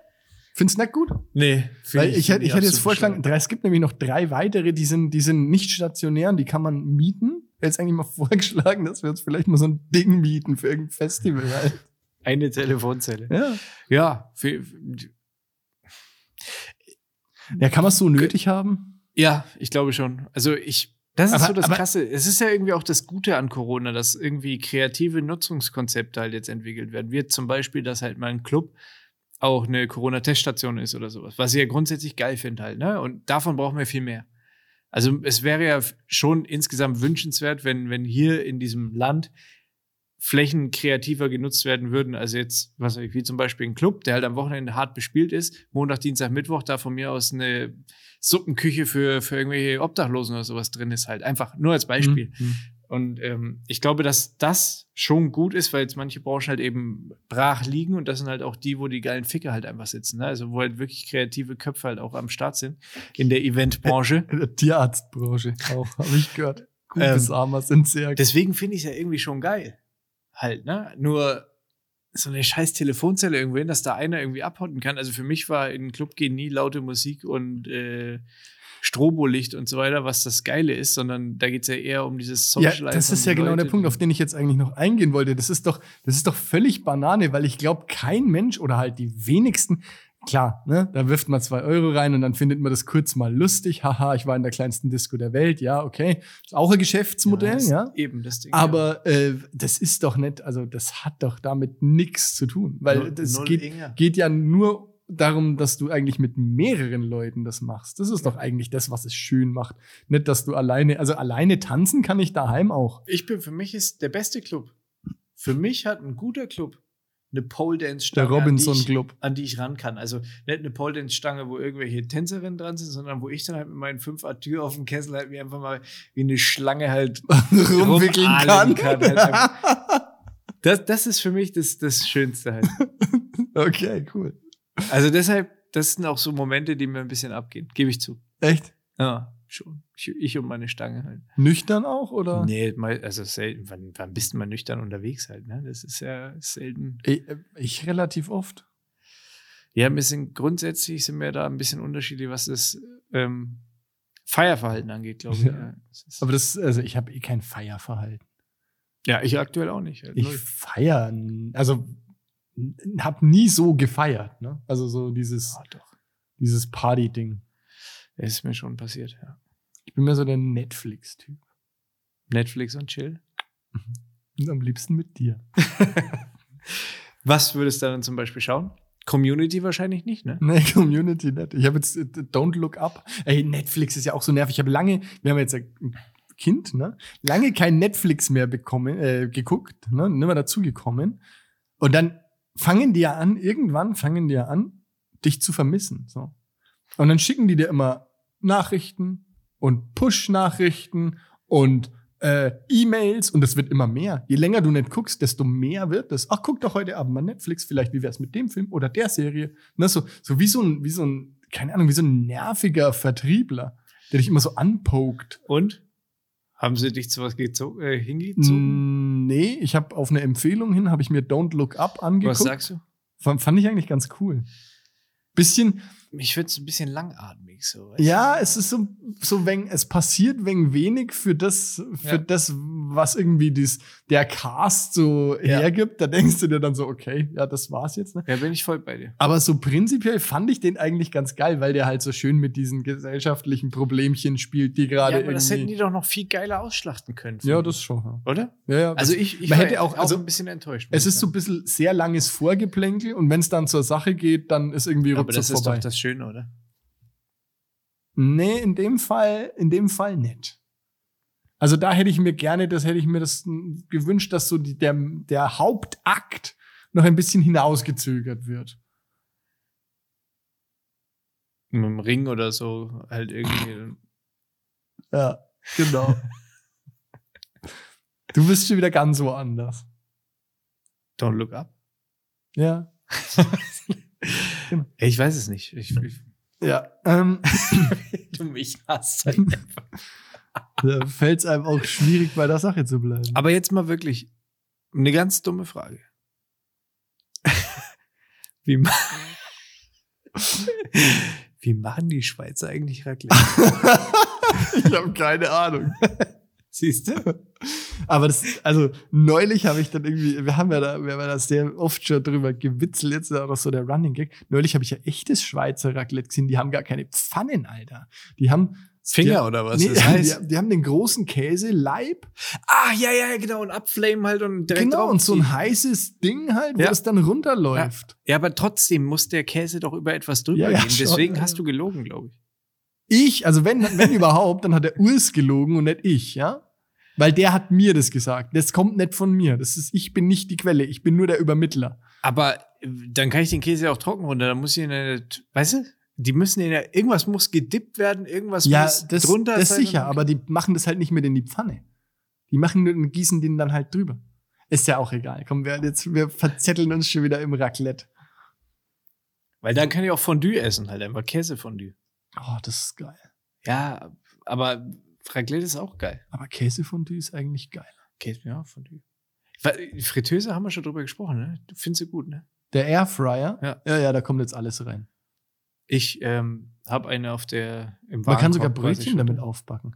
Speaker 1: Find's nicht gut.
Speaker 2: Nee.
Speaker 1: Weil ich, hätte, ich hätte jetzt vorgeschlagen, drei, es gibt nämlich noch drei weitere, die sind, die sind nicht stationär und die kann man mieten. Ich hätte jetzt eigentlich mal vorgeschlagen, dass wir uns vielleicht mal so ein Ding mieten für irgendein Festival. Halt.
Speaker 2: Eine Telefonzelle.
Speaker 1: Ja.
Speaker 2: Ja. für- für-
Speaker 1: ja, kann man es so nötig haben?
Speaker 2: ja, ich glaube schon. Also ich. Das ist
Speaker 1: Aber-
Speaker 2: so das
Speaker 1: aber-
Speaker 2: Krasse. Es ist ja irgendwie auch das Gute an Corona, dass irgendwie kreative Nutzungskonzepte halt jetzt entwickelt werden. Wird zum Beispiel, dass halt mal ein Club auch eine Corona-Teststation ist oder sowas. Was ich ja grundsätzlich geil finde halt, ne? Und davon brauchen wir viel mehr. Also es wäre ja schon insgesamt wünschenswert, wenn, wenn hier in diesem Land Flächen kreativer genutzt werden würden. Also jetzt, was weiß ich, wie zum Beispiel ein Club, der halt am Wochenende hart bespielt ist, Montag, Dienstag, Mittwoch, da von mir aus eine Suppenküche für, für irgendwelche Obdachlosen oder sowas drin ist halt. Einfach nur als Beispiel.
Speaker 1: Mhm.
Speaker 2: Und ähm, ich glaube, dass das schon gut ist, weil jetzt manche Branchen halt eben brach liegen und das sind halt auch die, wo die geilen Ficker halt einfach sitzen. Ne? Also wo halt wirklich kreative Köpfe halt auch am Start sind in der Eventbranche.
Speaker 1: In der Tierarztbranche auch, habe ich gehört. Gutes
Speaker 2: Ähm,
Speaker 1: Armer sind sehr
Speaker 2: Deswegen finde ich es ja irgendwie schon geil. Halt, ne? Nur so eine scheiß Telefonzelle irgendwohin, dass da einer irgendwie abhotten kann. Also für mich war in den Club gehen nie laute Musik und äh, Strobolicht und so weiter, was das Geile ist, sondern da geht es ja eher um dieses
Speaker 1: Ja,
Speaker 2: Socialize.
Speaker 1: das ist ja genau der Punkt, auf den ich jetzt eigentlich noch eingehen wollte. Das ist doch, das ist doch völlig Banane, weil ich glaube, kein Mensch oder halt die wenigsten, klar, ne, da wirft man zwei Euro rein und dann findet man das kurz mal lustig. Haha, ich war in der kleinsten Disco der Welt. Ja, okay. Ist auch ein Geschäftsmodell,
Speaker 2: das-
Speaker 1: ja.
Speaker 2: Eben das Ding.
Speaker 1: Aber äh, das ist doch nicht, also das hat doch damit nichts zu tun, weil
Speaker 2: Null-
Speaker 1: das
Speaker 2: null
Speaker 1: geht,
Speaker 2: enger.
Speaker 1: geht ja nur darum, dass du eigentlich mit mehreren Leuten das machst. Das ist doch eigentlich das, was es schön macht. Nicht, dass du alleine, also alleine tanzen kann ich daheim auch.
Speaker 2: ich bin, für mich ist der beste Club. Für mich hat ein guter Club eine Pole Dance
Speaker 1: Der
Speaker 2: Stange.
Speaker 1: Robinson
Speaker 2: Club.
Speaker 1: Club.
Speaker 2: an die ich ran kann. Also nicht eine Pole Dance Stange, wo irgendwelche Tänzerinnen dran sind, sondern wo ich dann halt mit meinen fünf Atür auf dem Kessel halt mir einfach mal wie eine Schlange halt
Speaker 1: Rumwickeln kann.
Speaker 2: rumahlen halt einfach. das, das ist für mich das, das Schönste halt.
Speaker 1: Okay, cool.
Speaker 2: Also deshalb, das sind auch so Momente, die mir ein bisschen abgehen, gebe ich zu.
Speaker 1: Echt?
Speaker 2: Ja, schon. Ich, ich und meine Stange halt.
Speaker 1: Nüchtern auch, oder?
Speaker 2: Nee, mal, also selten, wann, wann bist du mal nüchtern unterwegs halt, ne? Das ist ja selten.
Speaker 1: Ich, äh, ich relativ oft.
Speaker 2: Ja, ein bisschen grundsätzlich sind wir da ein bisschen unterschiedlich, was das ähm, Feierverhalten angeht, glaube ich.
Speaker 1: Ja.
Speaker 2: Ja, Es ist-
Speaker 1: Aber das, also ich habe eh kein Feierverhalten.
Speaker 2: ja ich aktuell auch nicht. halt,
Speaker 1: Ich
Speaker 2: null.
Speaker 1: feier, also habe nie so gefeiert. Ne? Also so dieses,
Speaker 2: Ah, doch.
Speaker 1: dieses Party-Ding.
Speaker 2: Es ist mir schon passiert, ja.
Speaker 1: Ich bin mehr so der Netflix-Typ.
Speaker 2: Netflix und Chill.
Speaker 1: Und am liebsten mit dir.
Speaker 2: Was würdest du dann zum Beispiel schauen? Community wahrscheinlich nicht, ne?
Speaker 1: Nee, Community nicht. Ich habe jetzt äh, Don't Look Up. Ey, Netflix ist ja auch so nervig. Ich habe lange, wir haben jetzt ein Kind, ne? Lange kein Netflix mehr bekommen, äh, geguckt, ne? Nimmer dazugekommen. Und dann fangen die ja an, irgendwann fangen die ja an, dich zu vermissen. So. Und dann schicken die dir immer Nachrichten und Push-Nachrichten und äh, E-Mails und es wird immer mehr. Je länger du nicht guckst, desto mehr wird es. Ach, guck doch heute Abend mal Netflix, vielleicht, wie wär's mit dem Film oder der Serie? Ne, so, so wie so ein, wie so ein, keine Ahnung, wie so ein nerviger Vertriebler, der dich immer so anpokt.
Speaker 2: Und? Haben sie dich zu was gezo- äh, hingezogen?
Speaker 1: Mm, nee, ich habe auf eine Empfehlung hin, habe ich mir Don't Look Up angeguckt.
Speaker 2: was sagst du?
Speaker 1: Fand, fand ich eigentlich ganz cool. Bisschen,
Speaker 2: Ich finde es ein bisschen langatmig so. weißt
Speaker 1: ja,
Speaker 2: du?
Speaker 1: es ist so, so wenn, es passiert wenn wenig für das, für
Speaker 2: Ja.
Speaker 1: das, was irgendwie dies, der Cast so
Speaker 2: Ja.
Speaker 1: hergibt. Da denkst du dir dann so, okay, ja, das war's jetzt. Ne?
Speaker 2: Ja, bin ich voll bei dir.
Speaker 1: Aber so prinzipiell fand ich den eigentlich ganz geil, weil der halt so schön mit diesen gesellschaftlichen Problemchen spielt, die
Speaker 2: Ja,
Speaker 1: gerade
Speaker 2: aber das hätten die
Speaker 1: irgendwie.
Speaker 2: doch noch viel geiler ausschlachten können.
Speaker 1: ja, das schon. Ja.
Speaker 2: Oder?
Speaker 1: Ja, ja,
Speaker 2: Also ich, ich
Speaker 1: Man
Speaker 2: war
Speaker 1: hätte auch-
Speaker 2: auch
Speaker 1: also
Speaker 2: ein bisschen enttäuscht. muss
Speaker 1: es
Speaker 2: ich
Speaker 1: ist so
Speaker 2: sagen.
Speaker 1: ein bisschen sehr langes Vorgeplänkel und wenn es dann zur Sache geht, dann ist irgendwie
Speaker 2: Aber
Speaker 1: ruckzuck
Speaker 2: das ist doch
Speaker 1: vorbei.
Speaker 2: das Schöne, oder?
Speaker 1: Nee, in dem Fall, in dem Fall nicht. Also da hätte ich mir gerne, das hätte ich mir das m, gewünscht, dass so die, der, der Hauptakt noch ein bisschen hinausgezögert wird.
Speaker 2: mit dem Ring oder so halt irgendwie.
Speaker 1: Ja, genau. du bist schon wieder ganz woanders.
Speaker 2: Don't look up.
Speaker 1: Ja.
Speaker 2: Ich weiß es nicht. Ich, ich,
Speaker 1: Ja. Ähm,
Speaker 2: du mich hast.
Speaker 1: halt da fällt es einem auch schwierig, bei der Sache zu bleiben.
Speaker 2: Aber jetzt mal wirklich eine ganz dumme Frage. Wie, ma Wie machen die Schweizer eigentlich Raclette?
Speaker 1: ich habe keine Ahnung.
Speaker 2: Siehst du?
Speaker 1: Aber das, also neulich habe ich dann irgendwie, wir haben ja da, wir haben ja da sehr oft schon drüber gewitzelt, jetzt ist auch noch so der Running Gag. Neulich habe ich ja echtes Schweizer Raclette gesehen, die haben gar keine Pfannen, Alter. Die haben
Speaker 2: Finger
Speaker 1: Ja.
Speaker 2: oder was?
Speaker 1: Nee,
Speaker 2: das heißt?
Speaker 1: die, die haben den großen Käseleib.
Speaker 2: Ah, ja, ja, genau. Und abflamen halt und direkt
Speaker 1: Genau,
Speaker 2: drauf.
Speaker 1: und so ein heißes Ding halt, wo
Speaker 2: Ja.
Speaker 1: es dann runterläuft.
Speaker 2: Ja, aber trotzdem muss der Käse doch über etwas drüber
Speaker 1: Ja, ja,
Speaker 2: gehen.
Speaker 1: schon.
Speaker 2: Deswegen hast du gelogen, glaube ich.
Speaker 1: Ich, also wenn, wenn überhaupt, dann hat der Urs gelogen und nicht ich, ja? Weil der hat mir das gesagt. Das kommt nicht von mir. Das ist, ich bin nicht die Quelle, ich bin nur der Übermittler.
Speaker 2: Aber äh, dann kann ich den Käse ja auch trocken runter. Dann muss ich ihn ja nicht, weißt du? Die müssen ihn ja, irgendwas muss gedippt werden, irgendwas
Speaker 1: ja,
Speaker 2: muss
Speaker 1: das,
Speaker 2: drunter
Speaker 1: das
Speaker 2: sein.
Speaker 1: sicher, aber die machen das halt nicht mit in die Pfanne. Die machen nur, gießen den dann halt drüber. Ist ja auch egal. Komm, wir, jetzt, wir verzetteln uns schon wieder im Raclette.
Speaker 2: Weil dann kann ich auch Fondue essen, halt einfach Käsefondue.
Speaker 1: Oh, das ist geil.
Speaker 2: Ja, aber Raclette ist auch geil.
Speaker 1: Aber Käsefondue ist eigentlich geil.
Speaker 2: Käse, ja, Fondue. Wa- Fritteuse haben wir schon drüber gesprochen, ne? Du findest sie gut, ne?
Speaker 1: Der Airfryer,
Speaker 2: Ja.
Speaker 1: ja, ja, da kommt jetzt alles rein.
Speaker 2: Ich ähm, habe eine auf der im
Speaker 1: Man kann
Speaker 2: Warenkorb
Speaker 1: sogar
Speaker 2: quasi
Speaker 1: Brötchen
Speaker 2: schon.
Speaker 1: damit aufbacken.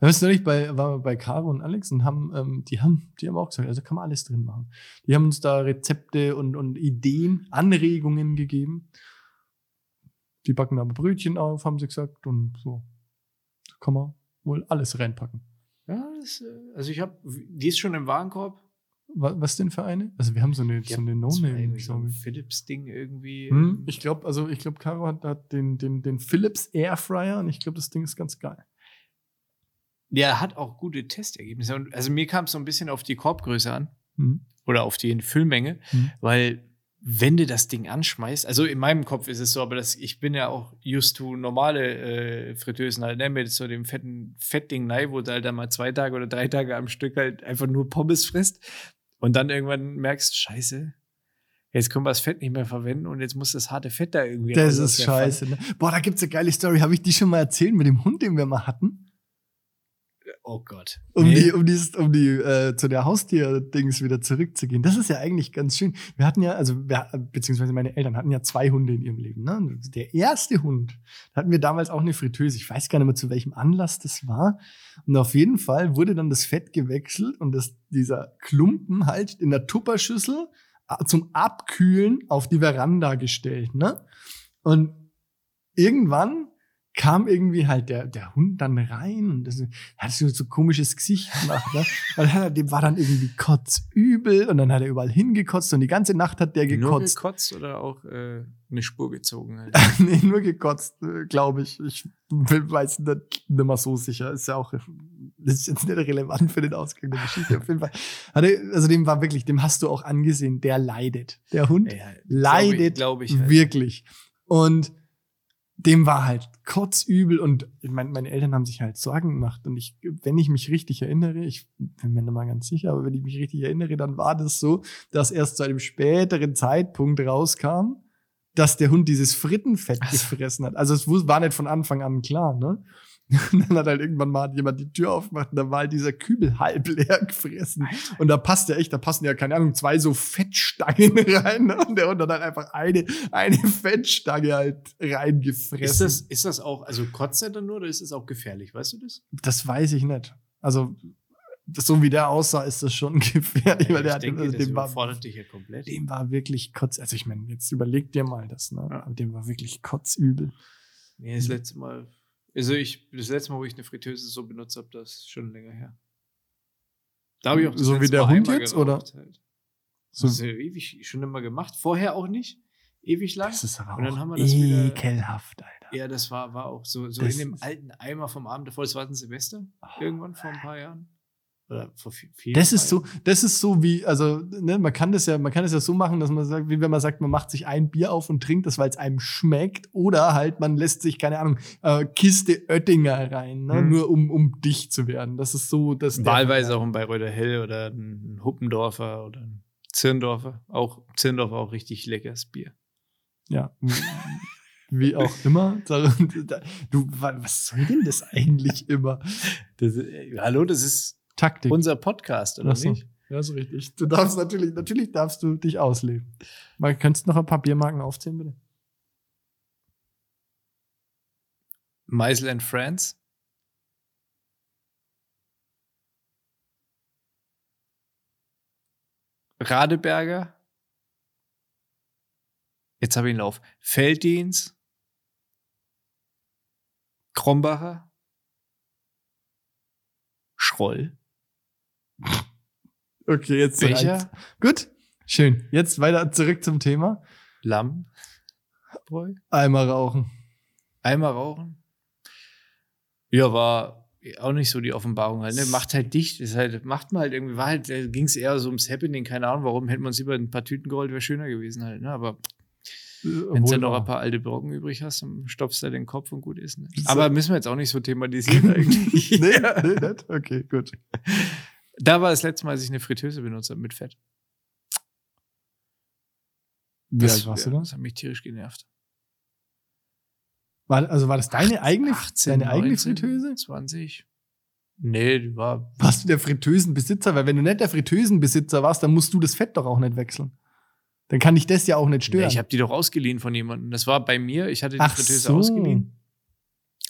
Speaker 1: Wir sind neulich bei, waren wir bei Caro und Alex und haben, ähm, die haben, die haben auch gesagt, also kann man alles drin machen. Die haben uns da Rezepte und, und Ideen, Anregungen gegeben. Die backen aber Brötchen auf, haben sie gesagt, und so. Da kann man wohl alles reinpacken.
Speaker 2: Ja, das, äh, also ich habe, die ist schon im Warenkorb.
Speaker 1: Was, was denn für eine? Also wir haben so eine,
Speaker 2: Ja,
Speaker 1: so eine
Speaker 2: Das war
Speaker 1: No-Name,
Speaker 2: irgendwie so
Speaker 1: glaube
Speaker 2: ein
Speaker 1: ich.
Speaker 2: Philips-Ding irgendwie.
Speaker 1: Hm?
Speaker 2: ähm,
Speaker 1: Ich glaube, also ich glaube, Caro hat, hat den, den, den Philips Airfryer und ich glaube, das Ding ist ganz geil.
Speaker 2: Der hat auch gute Testergebnisse. Und also mir kam es so ein bisschen auf die Korbgröße an
Speaker 1: Hm?
Speaker 2: oder auf die Füllmenge,
Speaker 1: Mhm.
Speaker 2: weil wenn du das Ding anschmeißt, also in meinem Kopf ist es so, aber das, ich bin ja auch used to normale äh, Fritteusen halt, ne, mit so dem fetten Fettding rein, wo du halt dann mal zwei Tage oder drei Tage am Stück halt einfach nur Pommes frisst und dann irgendwann merkst, scheiße, jetzt können wir das Fett nicht mehr verwenden und jetzt muss das harte Fett da irgendwie
Speaker 1: Das
Speaker 2: raus aus
Speaker 1: ist
Speaker 2: der
Speaker 1: scheiße. Ne? Boah, da gibt's eine geile Story. Habe ich die schon mal erzählt mit dem Hund, den wir mal hatten?
Speaker 2: Pfanne. Oh Gott.
Speaker 1: Um
Speaker 2: Nee.
Speaker 1: die, um dieses, um die äh, zu der Haustier-Dings wieder zurückzugehen. Das ist ja eigentlich ganz schön. Wir hatten ja, also wir, beziehungsweise meine Eltern hatten ja zwei Hunde in ihrem Leben. Ne? Und Der erste Hund da hatten wir damals auch eine Fritteuse. Ich weiß gar nicht mehr zu welchem Anlass das war. Und auf jeden Fall wurde dann das Fett gewechselt und das, dieser Klumpen halt in der Tupperschüssel a- zum Abkühlen auf die Veranda gestellt. Ne? Und irgendwann kam irgendwie halt der, der Hund dann rein und das, hat so, so komisches Gesicht gemacht. Ne? Und dann hat er, dem war dann irgendwie kotzübel und dann hat er überall hingekotzt und die ganze Nacht hat der
Speaker 2: Nur
Speaker 1: gekotzt.
Speaker 2: gekotzt oder auch äh, eine Spur gezogen halt.
Speaker 1: nee, nur gekotzt, glaube ich. Ich will- weiß nicht, nicht mal so sicher. Ist ja auch das ist jetzt nicht relevant für den Ausgang der Geschichte. Auf jeden Fall. Hat er- Also dem war wirklich, dem hast du auch angesehen, der leidet. Der Hund
Speaker 2: Ja,
Speaker 1: leidet
Speaker 2: glaube ich, halt. glaub ich halt.
Speaker 1: wirklich. Und dem war halt kotzübel und ich mein, meine Eltern haben sich halt Sorgen gemacht. Und ich, wenn ich mich richtig erinnere, ich bin mir nicht mal ganz sicher, aber wenn ich mich richtig erinnere, dann war das so, dass erst zu einem späteren Zeitpunkt rauskam, dass der Hund dieses Frittenfett
Speaker 2: Ach so.
Speaker 1: gefressen hat. Also es wus- war nicht von Anfang an klar, ne? Und dann hat halt irgendwann mal jemand die Tür aufgemacht und da war halt dieser Kübel halb leer gefressen. Und da passt ja echt, da passen ja, keine Ahnung, zwei so Fettstangen rein. Ne? Und der Hund hat halt einfach eine, eine Fettstange halt reingefressen.
Speaker 2: Ist das, ist das auch, also kotzt er dann nur oder ist das auch gefährlich? Weißt du das?
Speaker 1: Das weiß ich nicht. Also, das, so wie der aussah, ist das schon gefährlich, weil der hat, also, dem, war,
Speaker 2: dich ja komplett.
Speaker 1: dem war wirklich kotz. Also, ich meine, jetzt überleg dir mal das, ne?
Speaker 2: Ja.
Speaker 1: Aber Dem war wirklich kotzübel.
Speaker 2: Nee, das letzte Mal, also ich, das letzte Mal, wo ich eine Fritteuse so benutzt habe, das ist schon länger her. Da habe ich auch das
Speaker 1: So wie
Speaker 2: letzte
Speaker 1: der
Speaker 2: Mal
Speaker 1: Hund
Speaker 2: einmal
Speaker 1: jetzt,
Speaker 2: geraucht Halt.
Speaker 1: So,
Speaker 2: Das ist ja ewig, schon immer gemacht. Vorher auch nicht. Ewig lang.
Speaker 1: das ist aber
Speaker 2: Und dann
Speaker 1: auch
Speaker 2: haben wir das wieder-
Speaker 1: ekelhaft, Alter.
Speaker 2: Ja, das war, war auch so, so
Speaker 1: Das
Speaker 2: in dem
Speaker 1: ist- Ah.
Speaker 2: alten Eimer vom Abend davor. Das war ein Silvester irgendwann vor ein paar Jahren. Oder vor vi- vielen
Speaker 1: Das ist
Speaker 2: Jahren.
Speaker 1: so, das ist so wie, also ne, man kann das ja, man kann das ja so machen, dass man sagt, wie wenn man sagt, man macht sich ein Bier auf und trinkt das, weil es einem schmeckt, oder halt man lässt sich keine Ahnung äh, Kiste Oettinger rein, ne,
Speaker 2: Hm.
Speaker 1: nur um um dicht zu werden. Das ist so, dass der-
Speaker 2: Wahlweise auch ein Bayreuther Hell oder ein Huppendorfer oder ein Zirndorfer. Auch Zirndorfer auch richtig leckeres Bier.
Speaker 1: ja. um, Wie auch immer. Du, wa- was soll denn das eigentlich immer?
Speaker 2: Das, äh, hallo, das ist
Speaker 1: Taktik.
Speaker 2: unser Podcast, oder
Speaker 1: Ach so.
Speaker 2: nicht?
Speaker 1: Ja, so richtig. Du darfst natürlich, natürlich darfst du dich ausleben. Man, kannst du noch ein paar Biermarken aufzählen, bitte?
Speaker 2: Meisel and Friends. Radeberger. Jetzt habe ich ihn Lauf. Felddienst. Krombacher. Troll.
Speaker 1: Okay, jetzt
Speaker 2: Welcher?
Speaker 1: reicht's. Gut, schön. Jetzt weiter zurück zum Thema.
Speaker 2: Lamm. Boy.
Speaker 1: Einmal rauchen.
Speaker 2: Einmal rauchen. Ja, war auch nicht so die Offenbarung halt. Ne? Macht halt dicht. Ist halt, macht man halt irgendwie. War halt, ging es eher so ums Happening. Keine Ahnung, warum hätten wir uns über ein paar Tüten geholt, wäre schöner gewesen halt. Ne? Aber wenn du
Speaker 1: Obwohl,
Speaker 2: dann noch ein paar alte Brocken übrig hast, dann stopfst du den Kopf und gut ist. Ne?
Speaker 1: So.
Speaker 2: Aber müssen wir jetzt auch nicht so thematisieren eigentlich.
Speaker 1: nee, nee, nicht? Okay, gut.
Speaker 2: Da war das letzte Mal, als ich eine Fritteuse benutzt habe mit Fett.
Speaker 1: Wie alt warst
Speaker 2: ja,
Speaker 1: du da?
Speaker 2: Das hat mich tierisch genervt.
Speaker 1: War, also war das deine eigene, deine eigene
Speaker 2: 19,
Speaker 1: Fritteuse?
Speaker 2: 20. Nee, die war
Speaker 1: Warst du der Fritteusenbesitzer? Weil wenn du nicht der Fritteusenbesitzer warst, dann musst du das Fett doch auch nicht wechseln. Dann kann dich das ja auch nicht
Speaker 2: Nee,
Speaker 1: stören.
Speaker 2: ich habe die doch ausgeliehen von jemandem. Das war bei mir. Ich hatte die
Speaker 1: Ach
Speaker 2: Fritteuse
Speaker 1: so.
Speaker 2: ausgeliehen.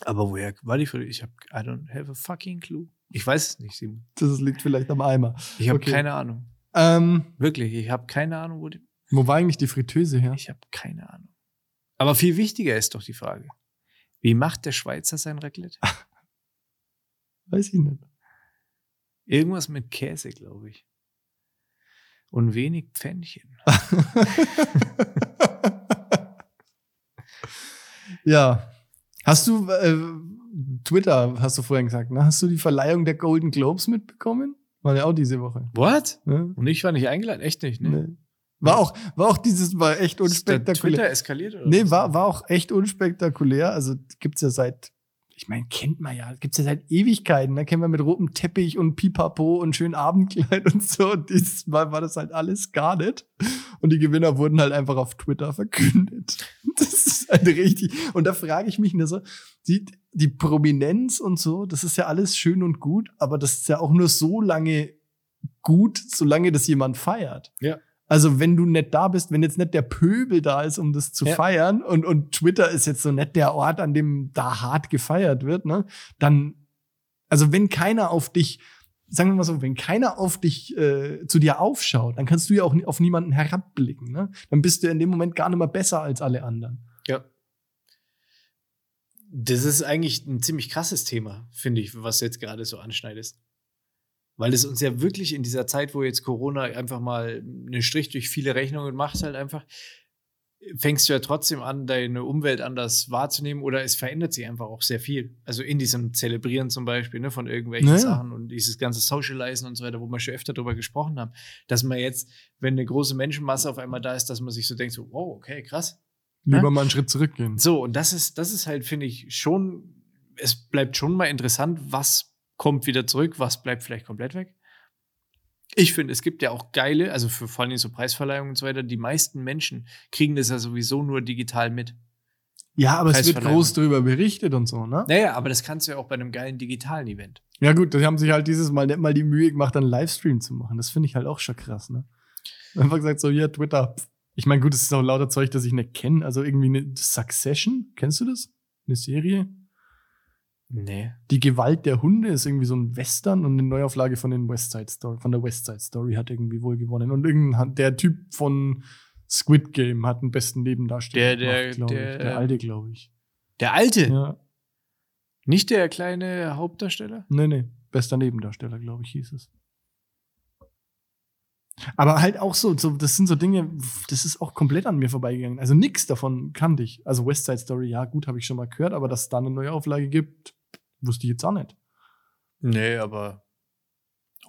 Speaker 2: Aber woher war die Fritteuse? Ich habe, I don't have a fucking clue. Ich weiß es nicht, Simon.
Speaker 1: Das liegt vielleicht am Eimer.
Speaker 2: Ich habe
Speaker 1: Okay.
Speaker 2: keine Ahnung.
Speaker 1: Ähm,
Speaker 2: Wirklich, ich habe keine Ahnung, wo die.
Speaker 1: wo war eigentlich die Fritteuse her?
Speaker 2: Ich habe keine Ahnung. Aber viel wichtiger ist doch die Frage: Wie macht der Schweizer sein Raclette?
Speaker 1: Weiß ich nicht.
Speaker 2: Irgendwas mit Käse, glaube ich. Und wenig Pfännchen.
Speaker 1: ja. Hast du äh, Twitter, hast du vorhin gesagt, ne? Hast du die Verleihung der Golden Globes mitbekommen? War ja auch diese Woche.
Speaker 2: What?
Speaker 1: Ne?
Speaker 2: Und ich war nicht eingeladen? Echt nicht, ne?
Speaker 1: Nee. War auch, war auch dieses Mal echt
Speaker 2: Ist der Twitter
Speaker 1: unspektakulär.
Speaker 2: eskaliert oder
Speaker 1: Nee,
Speaker 2: was?
Speaker 1: war, war auch echt unspektakulär. Also gibt's ja seit, ich meine, kennt man ja, gibt's ja seit Ewigkeiten. Da ne? kennen wir mit rotem Teppich und Pipapo und schönen Abendkleid und so. Und dieses Mal war das halt alles gar nicht. Und die Gewinner wurden halt einfach auf Twitter verkündet. Das ist halt richtig. Und da frage ich mich nur so, die, die Prominenz und so, das ist ja alles schön und gut, aber das ist ja auch nur so lange gut, solange das jemand feiert.
Speaker 2: Ja.
Speaker 1: Also wenn du nicht da bist, wenn jetzt nicht der Pöbel da ist, um das zu
Speaker 2: Ja.
Speaker 1: feiern und, und Twitter ist jetzt so nicht der Ort, an dem da hart gefeiert wird, ne, dann, also wenn keiner auf dich, sagen wir mal so, wenn keiner auf dich, äh, zu dir aufschaut, dann kannst du ja auch ni- auf niemanden herabblicken, ne, dann bist du in dem Moment gar nicht mehr besser als alle anderen.
Speaker 2: Ja. Das ist eigentlich ein ziemlich krasses Thema, finde ich, was du jetzt gerade so anschneidest. Weil es uns ja wirklich in dieser Zeit, wo jetzt Corona einfach mal einen Strich durch viele Rechnungen macht, halt einfach, fängst du ja trotzdem an, deine Umwelt anders wahrzunehmen oder es verändert sich einfach auch sehr viel. Also in diesem Zelebrieren zum Beispiel ne, von irgendwelchen
Speaker 1: Naja.
Speaker 2: Sachen und dieses ganze Socializen und so weiter, wo wir schon öfter drüber gesprochen haben, dass man jetzt, wenn eine große Menschenmasse auf einmal da ist, dass man sich so denkt, so, wow, okay, krass.
Speaker 1: Lieber
Speaker 2: Ja.
Speaker 1: mal einen Schritt zurückgehen.
Speaker 2: So, und das ist, das ist halt, finde ich, schon, es bleibt schon mal interessant, was kommt wieder zurück, was bleibt vielleicht komplett weg. Ich finde, es gibt ja auch geile, also für vor allem so Preisverleihungen und so weiter, die meisten Menschen kriegen das ja sowieso nur digital mit.
Speaker 1: Ja, aber es wird
Speaker 2: Preisverleihung.
Speaker 1: groß drüber berichtet und so, ne?
Speaker 2: Naja, aber das kannst du ja auch bei einem geilen digitalen Event.
Speaker 1: Ja, gut, die haben sich halt dieses Mal nicht mal die Mühe gemacht, einen Livestream zu machen. Das finde ich halt auch schon krass, ne? Einfach gesagt, so, hier, Twitter. pff. Ich meine, gut, es ist auch lauter Zeug, das ich nicht kenne. Also irgendwie eine Succession, kennst du das? Eine Serie?
Speaker 2: Nee.
Speaker 1: Die Gewalt der Hunde ist irgendwie so ein Western und eine Neuauflage von den West Side Story, von der West Side Story hat irgendwie wohl gewonnen. Und irgendein, der Typ von Squid Game hat den besten Nebendarsteller
Speaker 2: Der- der-
Speaker 1: glaub
Speaker 2: der- äh,
Speaker 1: ich. Der alte, glaube ich.
Speaker 2: Der alte,
Speaker 1: Ja,
Speaker 2: nicht der kleine Hauptdarsteller?
Speaker 1: Nee, nee. Bester Nebendarsteller, glaube ich, hieß es. Aber halt auch so, so, das sind so Dinge, das ist auch komplett an mir vorbeigegangen. Also nichts davon kannte ich. Also West Side Story, ja, gut, habe ich schon mal gehört, aber dass es da eine neue Auflage gibt, wusste ich jetzt auch nicht.
Speaker 2: Nee, aber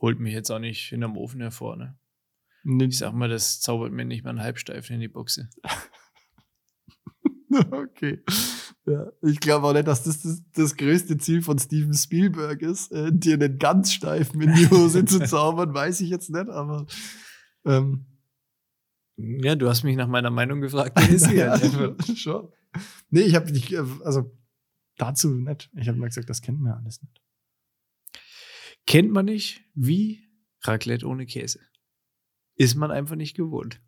Speaker 2: holt mich jetzt auch nicht hinterm Ofen hervor, ne?
Speaker 1: Nee,
Speaker 2: Ich sag mal, das zaubert mir nicht mal einen Halbsteifen in die Buchse.
Speaker 1: okay. Ja, ich glaube auch nicht, dass das, das das größte Ziel von Steven Spielberg ist, äh, dir einen ganz steifen in die Hose zu zaubern, weiß ich jetzt nicht, aber ähm,
Speaker 2: Ja, du hast mich nach meiner Meinung gefragt. Dann ist sie halt einfach.
Speaker 1: schon. Nee, ich habe nicht, also dazu nicht. Ich habe nur gesagt, das kennt man ja alles nicht.
Speaker 2: Kennt man nicht wie Raclette ohne Käse. Ist man einfach nicht gewohnt.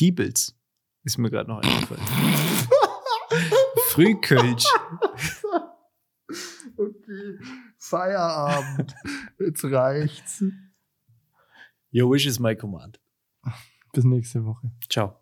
Speaker 2: Diebels ist mir gerade noch eingefallen. Frühkölsch.
Speaker 1: Okay, Feierabend. Jetzt reicht's.
Speaker 2: Your wish is my command.
Speaker 1: Bis nächste Woche.
Speaker 2: Ciao.